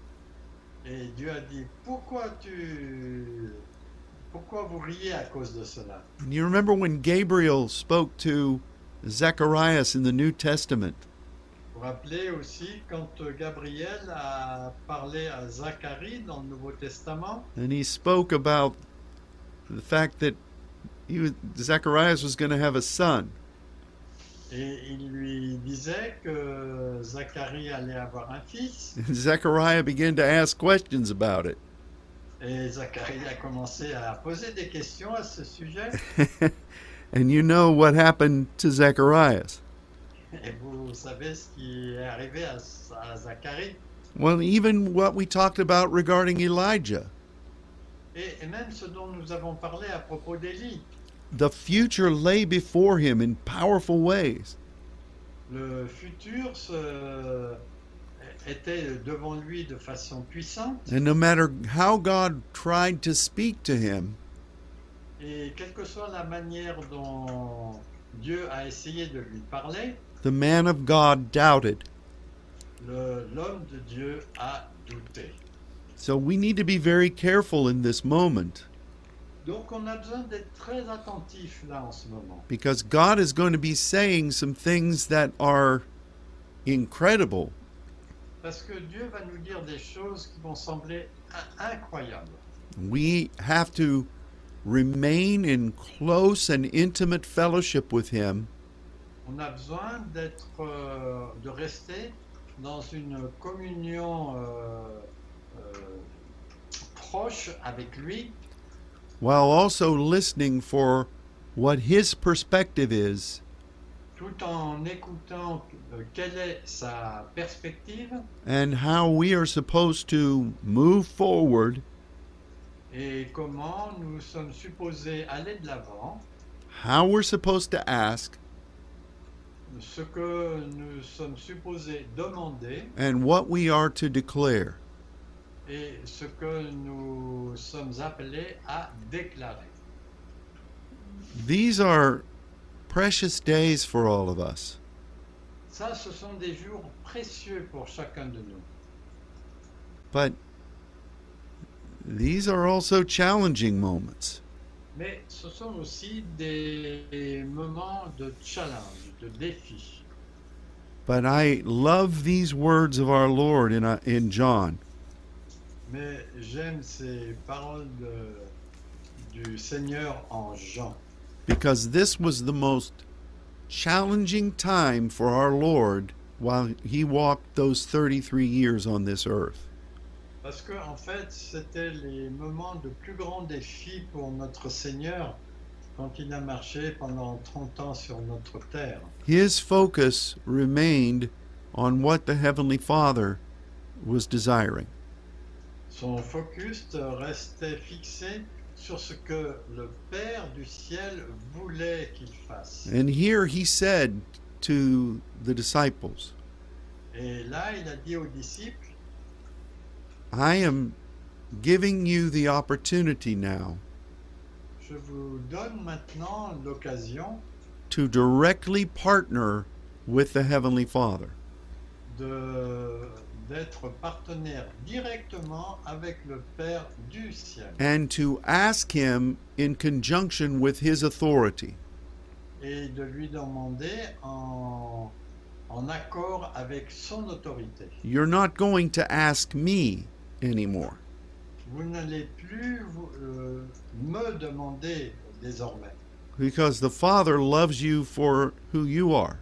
[SPEAKER 2] Et Dieu a dit, pourquoi tu... Pourquoi vous riez à cause de cela
[SPEAKER 1] And you remember when Gabriel spoke to Zacharias in the New Testament,
[SPEAKER 2] Vous vous rappelez aussi quand Gabriel a parlé à Zacharie dans le Nouveau Testament
[SPEAKER 1] and he spoke about the fact that he was, Zacharias was going to have a son,
[SPEAKER 2] et il lui disait que Zacharie allait avoir un fils
[SPEAKER 1] and Zechariah began to ask questions about it.
[SPEAKER 2] et Zacharie a commencé à poser des questions à ce sujet
[SPEAKER 1] And you know what happened to Zacharias.
[SPEAKER 2] et vous savez ce qui est arrivé à, à Zacharie
[SPEAKER 1] Well, even what we talked about regarding Elijah,
[SPEAKER 2] et, et même ce dont nous avons parlé à propos d'Élie
[SPEAKER 1] the future lay before him in powerful ways.
[SPEAKER 2] le futur se- euh, était devant lui de façon puissante
[SPEAKER 1] And no matter how God tried to speak to him,
[SPEAKER 2] et quelle que soit la manière dont Dieu a essayé de lui parler,
[SPEAKER 1] the man of God doubted.
[SPEAKER 2] le- l'homme de Dieu a douté.
[SPEAKER 1] So we need to be very careful in this moment
[SPEAKER 2] Donc on a besoin d'être très attentif là en ce moment.
[SPEAKER 1] because God is going to be saying some things that are incredible.
[SPEAKER 2] Parce que Dieu va nous dire des choses qui vont sembler in- incroyables.
[SPEAKER 1] We have to remain in close and intimate fellowship with him
[SPEAKER 2] On a besoin d'être, euh, de rester dans une communion euh, euh, proche avec lui,
[SPEAKER 1] while also listening for what his perspective is
[SPEAKER 2] tout en écoutant euh, quelle est sa perspective
[SPEAKER 1] and how we are supposed to move forward,
[SPEAKER 2] et comment nous sommes supposés aller de l'avant,
[SPEAKER 1] how we're supposed to ask,
[SPEAKER 2] ce que nous sommes supposés demander
[SPEAKER 1] and what we are to declare.
[SPEAKER 2] et ce que nous sommes appelés à déclarer.
[SPEAKER 1] These are precious days for all of us.
[SPEAKER 2] Ça, ce sont des jours précieux pour chacun de nous.
[SPEAKER 1] But these are also challenging moments.
[SPEAKER 2] Mais ce sont aussi des moments de challenge, de défi.
[SPEAKER 1] But I love these words of our Lord in, uh, in John.
[SPEAKER 2] Mais j'aime ces paroles de- du Seigneur en Jean.
[SPEAKER 1] because this was the most challenging time for our Lord while he walked those 33 years on this earth.
[SPEAKER 2] Parce que, en fait, c'était les moments de plus grand défi pour notre Seigneur quand il a marché pendant 30 ans sur notre terre.
[SPEAKER 1] His focus remained on what the Heavenly Father was desiring.
[SPEAKER 2] Son focus restait fixé sur ce que le Père du ciel voulait qu'il fasse.
[SPEAKER 1] And here he said to the disciples,
[SPEAKER 2] Et là, il a dit aux disciples,
[SPEAKER 1] I am giving you the opportunity now
[SPEAKER 2] je vous donne maintenant l'occasion
[SPEAKER 1] to directly partner with the Heavenly Father.
[SPEAKER 2] de- d'être partenaire directement avec le Père du ciel
[SPEAKER 1] and to ask him in conjunction with his authority.
[SPEAKER 2] et de lui demander en, en accord avec son autorité.
[SPEAKER 1] You're not going to ask me anymore.
[SPEAKER 2] Vous n'allez plus vous- euh, me demander désormais.
[SPEAKER 1] Because the Father loves you for who you are.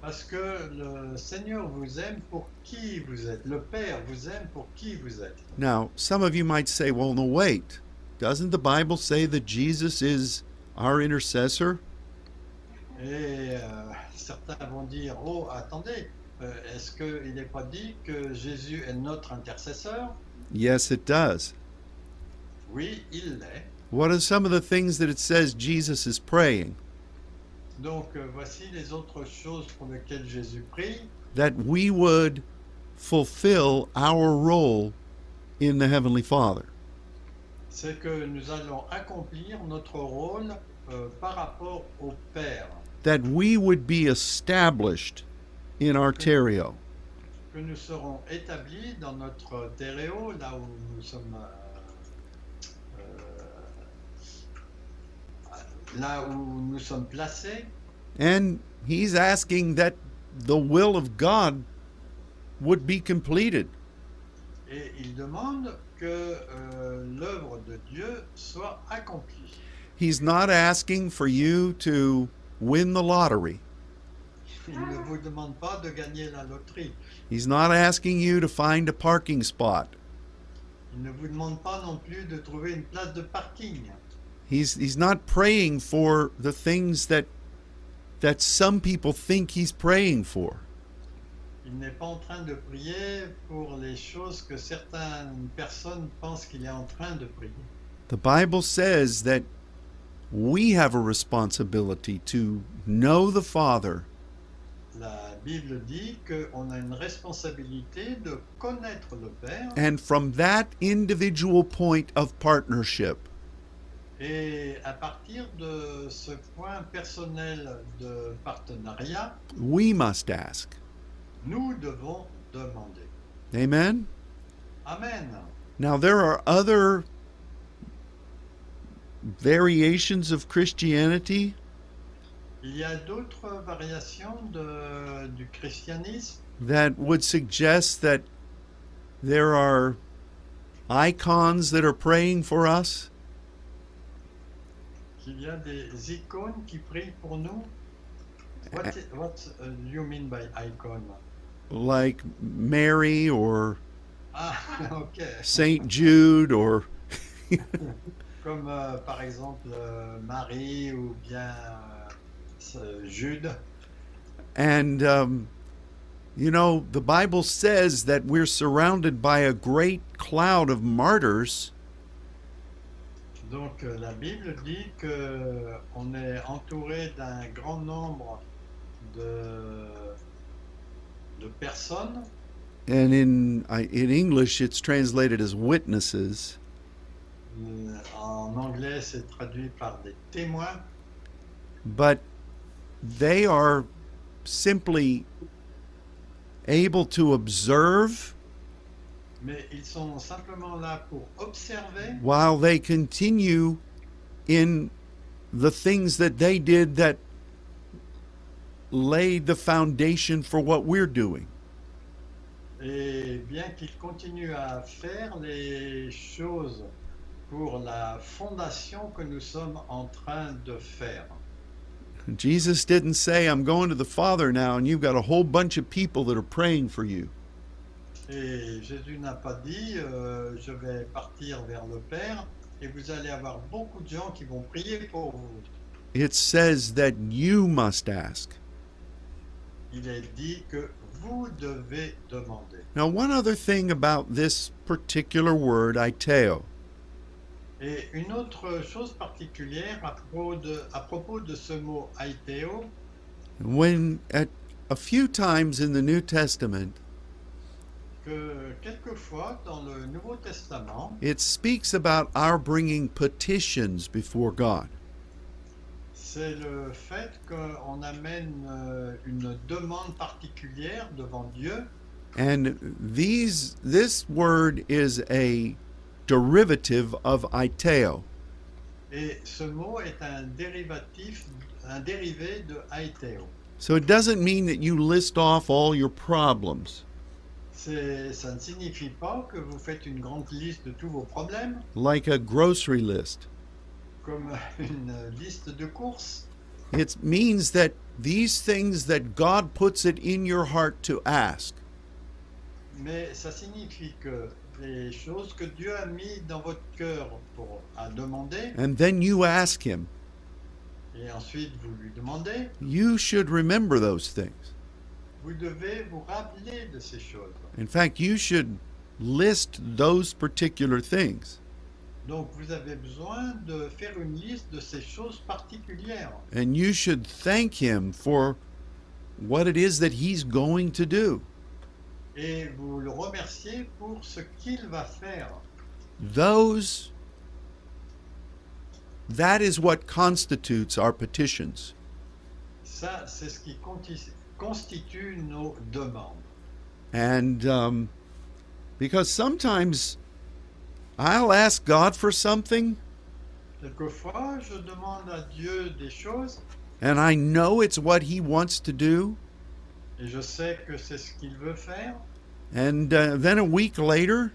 [SPEAKER 2] Parce que le Seigneur vous aime pour qui vous êtes. Le Père vous aime pour qui vous êtes.
[SPEAKER 1] Now, some of you might say, well, no, wait. Doesn't the Bible say that Jesus is our intercessor?
[SPEAKER 2] Et euh, certains vont dire, oh, attendez, euh, est-ce qu'il n'est pas dit que Jésus est notre intercesseur
[SPEAKER 1] Yes, it does.
[SPEAKER 2] Oui, il l'est.
[SPEAKER 1] What are some of the things that it says Jesus is praying?
[SPEAKER 2] Donc euh, voici les autres choses pour lesquelles Jésus prie,
[SPEAKER 1] That we would fulfill our role in the Heavenly Father.
[SPEAKER 2] c'est que nous allons accomplir notre rôle euh, par rapport au Père,
[SPEAKER 1] that we would be established in Arterio,
[SPEAKER 2] que nous serons établis dans notre terreo, là où nous sommes, euh, euh, là où nous sommes placés.
[SPEAKER 1] and he's asking that the will of God would be completed.
[SPEAKER 2] Et il demande que euh, l'œuvre de Dieu soit accomplie.
[SPEAKER 1] He's not asking for you to win the lottery.
[SPEAKER 2] Il ne vous demande pas de gagner la loterie.
[SPEAKER 1] He's not asking you to find a parking spot.
[SPEAKER 2] Il ne vous demande pas non plus de trouver une place de parking.
[SPEAKER 1] He's he's not praying for the things that that some people think he's praying for.
[SPEAKER 2] Il n'est pas en train de prier pour les choses que certaines personnes pensent qu'il est en train de prier.
[SPEAKER 1] The Bible says that we have a responsibility to know the Father
[SPEAKER 2] la Bible dit qu'on a une responsabilité de connaître le Père
[SPEAKER 1] And from that individual point of partnership,
[SPEAKER 2] et à partir de ce point personnel de partenariat,
[SPEAKER 1] we must ask.
[SPEAKER 2] nous devons demander.
[SPEAKER 1] Amen?
[SPEAKER 2] Amen.
[SPEAKER 1] Now, there are other variations of Christianity
[SPEAKER 2] Il y a d'autres variations de- du christianisme
[SPEAKER 1] that would suggest that there are icons that are praying for us.
[SPEAKER 2] qu'il y a des icônes qui prient pour nous. What, i- what uh, do you mean by icon?
[SPEAKER 1] like Mary or
[SPEAKER 2] Ah, ok.
[SPEAKER 1] Saint Jude or
[SPEAKER 2] Comme euh, par exemple euh, Marie ou bien euh, ce- Jude.
[SPEAKER 1] and um, you know the Bible says that we're surrounded by a great cloud of martyrs
[SPEAKER 2] Donc euh, la Bible dit que euh, on est entouré d'un grand nombre de, de personnes
[SPEAKER 1] and in I- in English it's translated as witnesses
[SPEAKER 2] Euh, En anglais, c'est traduit par des témoins,
[SPEAKER 1] but they are simply able to observe
[SPEAKER 2] mais ils sont simplement là pour observer
[SPEAKER 1] while they continue in the things that they did that laid the foundation for what we're doing.
[SPEAKER 2] et bien qu'ils continuent à faire les choses pour la fondation que nous sommes en train de faire.
[SPEAKER 1] Jesus didn't say, I'm going to the Father now, and you've got a whole bunch of people that are praying for you.
[SPEAKER 2] Et Jésus n'a pas dit, euh, je vais partir vers le Père et vous allez avoir beaucoup de gens qui vont prier pour vous.
[SPEAKER 1] It says that you must ask.
[SPEAKER 2] Il est dit que vous devez demander.
[SPEAKER 1] Now, one other thing about this particular word, iteo.
[SPEAKER 2] Et une autre chose particulière à propos de, à propos de ce mot aiteo,
[SPEAKER 1] When at a few times in the New Testament,
[SPEAKER 2] que quelquefois dans le Nouveau Testament,
[SPEAKER 1] it speaks about our bringing petitions before God.
[SPEAKER 2] c'est le fait qu'on amène euh, une demande particulière devant Dieu.
[SPEAKER 1] And these this word is a derivative of iteo.
[SPEAKER 2] Et ce mot est un dérivatif, un dérivé de aiteo.
[SPEAKER 1] So it doesn't mean that you list off all your problems
[SPEAKER 2] C'est- Ça ne signifie pas que vous faites une grande liste de tous vos problèmes,
[SPEAKER 1] like a grocery list.
[SPEAKER 2] comme une liste de courses.
[SPEAKER 1] It means that these things that God puts it in your heart to ask,
[SPEAKER 2] Mais ça signifie que les choses que Dieu a mis dans votre cœur pour à demander,
[SPEAKER 1] and then you ask him.
[SPEAKER 2] et ensuite vous lui demandez,
[SPEAKER 1] You should remember those things.
[SPEAKER 2] vous devez vous rappeler de ces choses.
[SPEAKER 1] In fact, you should list those particular things.
[SPEAKER 2] Donc vous avez besoin de faire une liste de ces choses particulières.
[SPEAKER 1] And you should thank him for what it is that he's going to do.
[SPEAKER 2] Et vous le remerciez pour ce qu'il va faire.
[SPEAKER 1] Those, that is what constitutes our petitions.
[SPEAKER 2] Ça, c'est ce qui conti- constitue nos demandes.
[SPEAKER 1] And um, because sometimes I'll ask God for something
[SPEAKER 2] Quelquefois, je demande à Dieu des choses
[SPEAKER 1] and I know it's what he wants to do.
[SPEAKER 2] et je sais que c'est ce qu'il veut faire.
[SPEAKER 1] And uh, then a week later,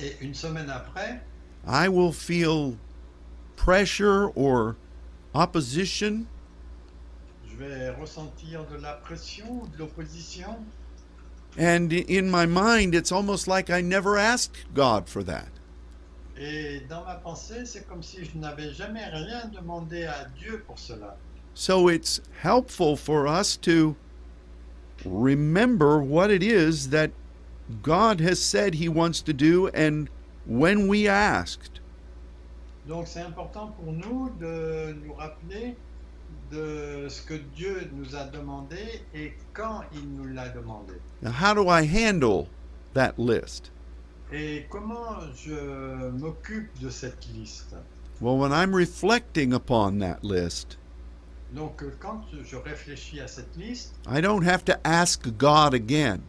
[SPEAKER 2] Et une semaine après,
[SPEAKER 1] I will feel pressure or opposition
[SPEAKER 2] Je vais ressentir de la pression ou de l'opposition.
[SPEAKER 1] And in my mind, it's almost like I never asked God for that.
[SPEAKER 2] Et dans ma pensée, c'est comme si je n'avais jamais rien demandé à Dieu pour cela.
[SPEAKER 1] So it's helpful for us to remember what it is that God has said He wants to do and when we asked.
[SPEAKER 2] Donc c'est important pour nous de nous rappeler de de ce que Dieu nous a demandé et quand il nous l'a demandé.
[SPEAKER 1] Now, how do I handle that list?
[SPEAKER 2] Et comment je m'occupe de cette liste
[SPEAKER 1] Well, when I'm reflecting upon that list,
[SPEAKER 2] Donc euh, quand je réfléchis à cette liste,
[SPEAKER 1] I don't have to ask God again.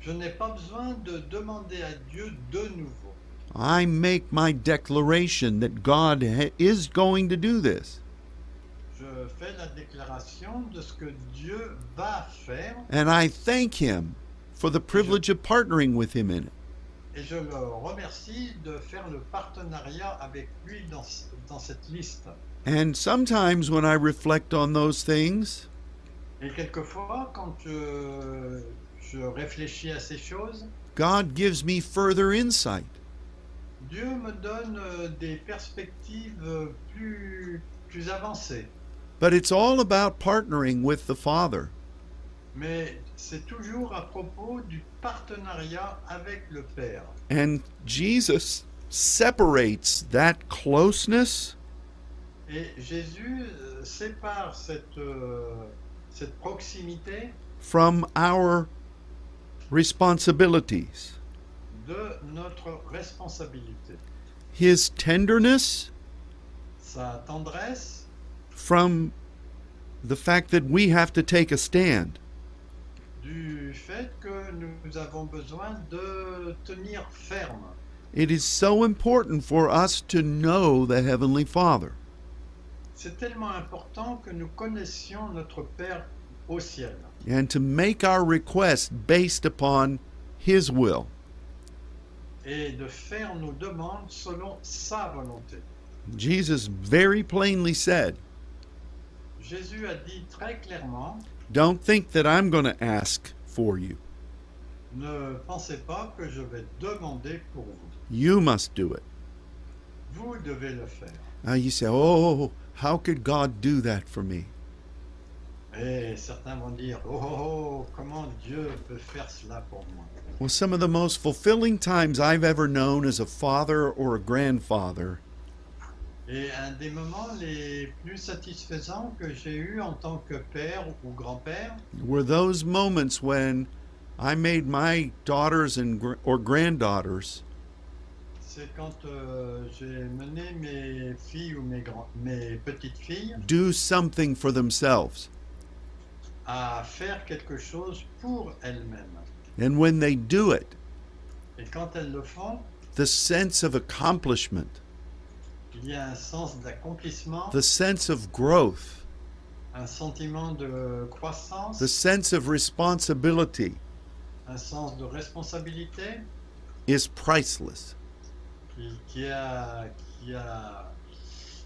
[SPEAKER 2] je n'ai pas besoin de demander à Dieu de nouveau.
[SPEAKER 1] I make my declaration that God ha- is going to do this,
[SPEAKER 2] Je fais la déclaration de ce que Dieu va faire
[SPEAKER 1] and I thank Him for the privilege of partnering with Him in it.
[SPEAKER 2] et je le remercie de faire le partenariat avec lui dans, ce- dans cette liste.
[SPEAKER 1] And sometimes when I reflect on those things,
[SPEAKER 2] Et quelquefois, quand je, je réfléchis à ces choses,
[SPEAKER 1] God gives me further insight.
[SPEAKER 2] Dieu me donne euh, des perspectives euh, plus, plus avancées.
[SPEAKER 1] But it's all about partnering with the Father.
[SPEAKER 2] Mais c'est toujours à propos du partenariat avec le Père.
[SPEAKER 1] And Jesus separates that closeness
[SPEAKER 2] Et Jésus euh, sépare cette, euh, cette proximité
[SPEAKER 1] from our responsibilities.
[SPEAKER 2] de notre responsabilité.
[SPEAKER 1] His tenderness
[SPEAKER 2] Sa tendresse
[SPEAKER 1] from the fact that we have to take a stand.
[SPEAKER 2] du fait que nous avons besoin de tenir ferme.
[SPEAKER 1] It is so important for us to know the Heavenly Father.
[SPEAKER 2] C'est tellement important que nous connaissions notre Père au ciel
[SPEAKER 1] and to make our request based upon His will.
[SPEAKER 2] et de faire nos demandes selon sa volonté.
[SPEAKER 1] Jesus very plainly said,
[SPEAKER 2] Jésus a dit très clairement,
[SPEAKER 1] Don't think that I'm going to ask for you.
[SPEAKER 2] ne pensez pas que je vais demander pour vous.
[SPEAKER 1] You must do it.
[SPEAKER 2] Vous devez le faire.
[SPEAKER 1] Now you say, Oh, how could God do that for me?
[SPEAKER 2] Et certains vont dire, oh, oh, oh, comment Dieu peut faire cela pour moi
[SPEAKER 1] Well, some of the most fulfilling times I've ever known as a father or a grandfather
[SPEAKER 2] Et un des moments les plus satisfaisants que j'ai eu en tant que père ou grand-père,
[SPEAKER 1] were those moments when I made my daughters and gr- or granddaughters
[SPEAKER 2] c'est quand euh, j'ai mené mes filles ou mes, grands- mes petites filles
[SPEAKER 1] do something for themselves.
[SPEAKER 2] à faire quelque chose pour elles-mêmes.
[SPEAKER 1] And when they do it,
[SPEAKER 2] Et quand elles le font,
[SPEAKER 1] the sense of accomplishment
[SPEAKER 2] il y a un sens d'accomplissement,
[SPEAKER 1] the sense of growth,
[SPEAKER 2] un sentiment de croissance,
[SPEAKER 1] the sense of responsibility
[SPEAKER 2] un sens de responsabilité
[SPEAKER 1] is priceless.
[SPEAKER 2] qui, qui a, qui a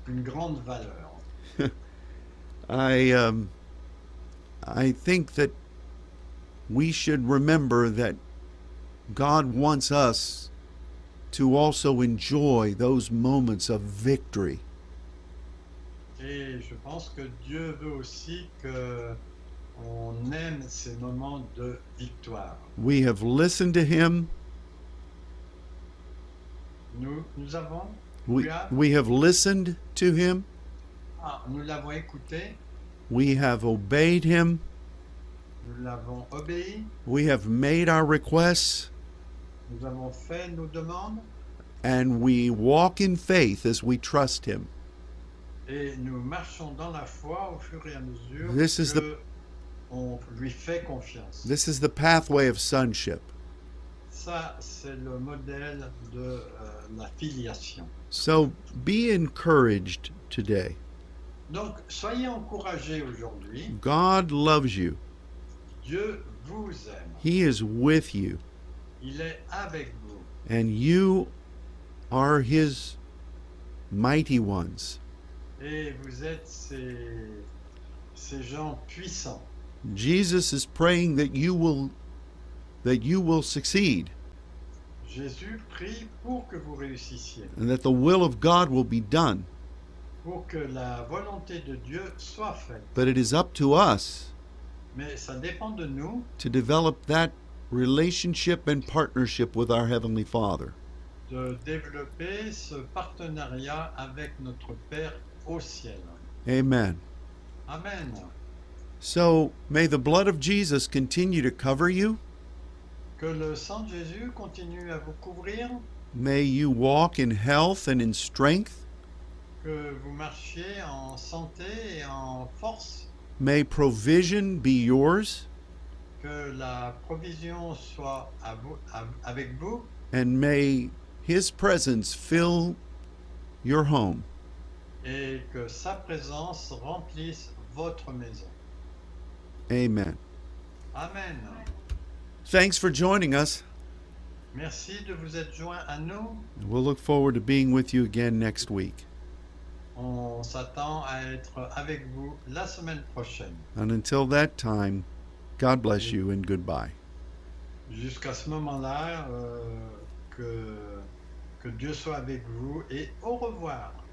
[SPEAKER 2] une grande valeur.
[SPEAKER 1] I um, I think that we should remember that God wants us to also enjoy those moments of victory.
[SPEAKER 2] Et je pense que Dieu veut aussi que on aime ces moments de victoire.
[SPEAKER 1] We have listened to Him.
[SPEAKER 2] Nous, nous avons,
[SPEAKER 1] We, we have listened to Him.
[SPEAKER 2] ah, nous l'avons écouté,
[SPEAKER 1] We have obeyed Him.
[SPEAKER 2] nous l'avons obéi,
[SPEAKER 1] We have made our requests,
[SPEAKER 2] nous avons fait nos demandes
[SPEAKER 1] and we walk in faith as we trust Him.
[SPEAKER 2] et nous marchons dans la foi au fur et à mesure
[SPEAKER 1] This is
[SPEAKER 2] que on lui fait confiance.
[SPEAKER 1] This is the pathway of sonship.
[SPEAKER 2] Ça, c'est le modèle de euh, la filiation.
[SPEAKER 1] So be encouraged today.
[SPEAKER 2] Donc, soyez encouragés aujourd'hui.
[SPEAKER 1] God loves you,
[SPEAKER 2] Dieu vous aime.
[SPEAKER 1] He is with you,
[SPEAKER 2] Il est avec vous.
[SPEAKER 1] and you are His mighty ones.
[SPEAKER 2] Et vous êtes ces, ces gens puissants.
[SPEAKER 1] Jesus is praying that you will that you will succeed
[SPEAKER 2] Jésus prie pour que vous réussissiez,
[SPEAKER 1] and that the will of God will be done.
[SPEAKER 2] pour que la volonté de Dieu soit faite.
[SPEAKER 1] But it is up to us
[SPEAKER 2] Mais ça dépend de nous
[SPEAKER 1] to develop that relationship and partnership with our heavenly Father.
[SPEAKER 2] de développer ce partenariat avec notre Père au ciel.
[SPEAKER 1] Amen.
[SPEAKER 2] Amen.
[SPEAKER 1] So may the blood of Jesus continue to cover you.
[SPEAKER 2] Que le sang de Jésus continue à vous couvrir,
[SPEAKER 1] May you walk in health and in strength.
[SPEAKER 2] que vous marchiez en santé et en force,
[SPEAKER 1] May provision be yours.
[SPEAKER 2] que la provision soit à vous- à- avec vous
[SPEAKER 1] And may his presence fill your home.
[SPEAKER 2] et que sa présence remplisse votre maison.
[SPEAKER 1] Amen.
[SPEAKER 2] Amen.
[SPEAKER 1] Thanks for joining us.
[SPEAKER 2] Merci de vous être joint à nous.
[SPEAKER 1] We'll look forward to being with you again next week.
[SPEAKER 2] On s'attend à être avec vous la semaine prochaine.
[SPEAKER 1] And until that time, God bless you and goodbye.
[SPEAKER 2] Jusqu'à ce moment-là, euh, que, que Dieu soit avec vous et au revoir.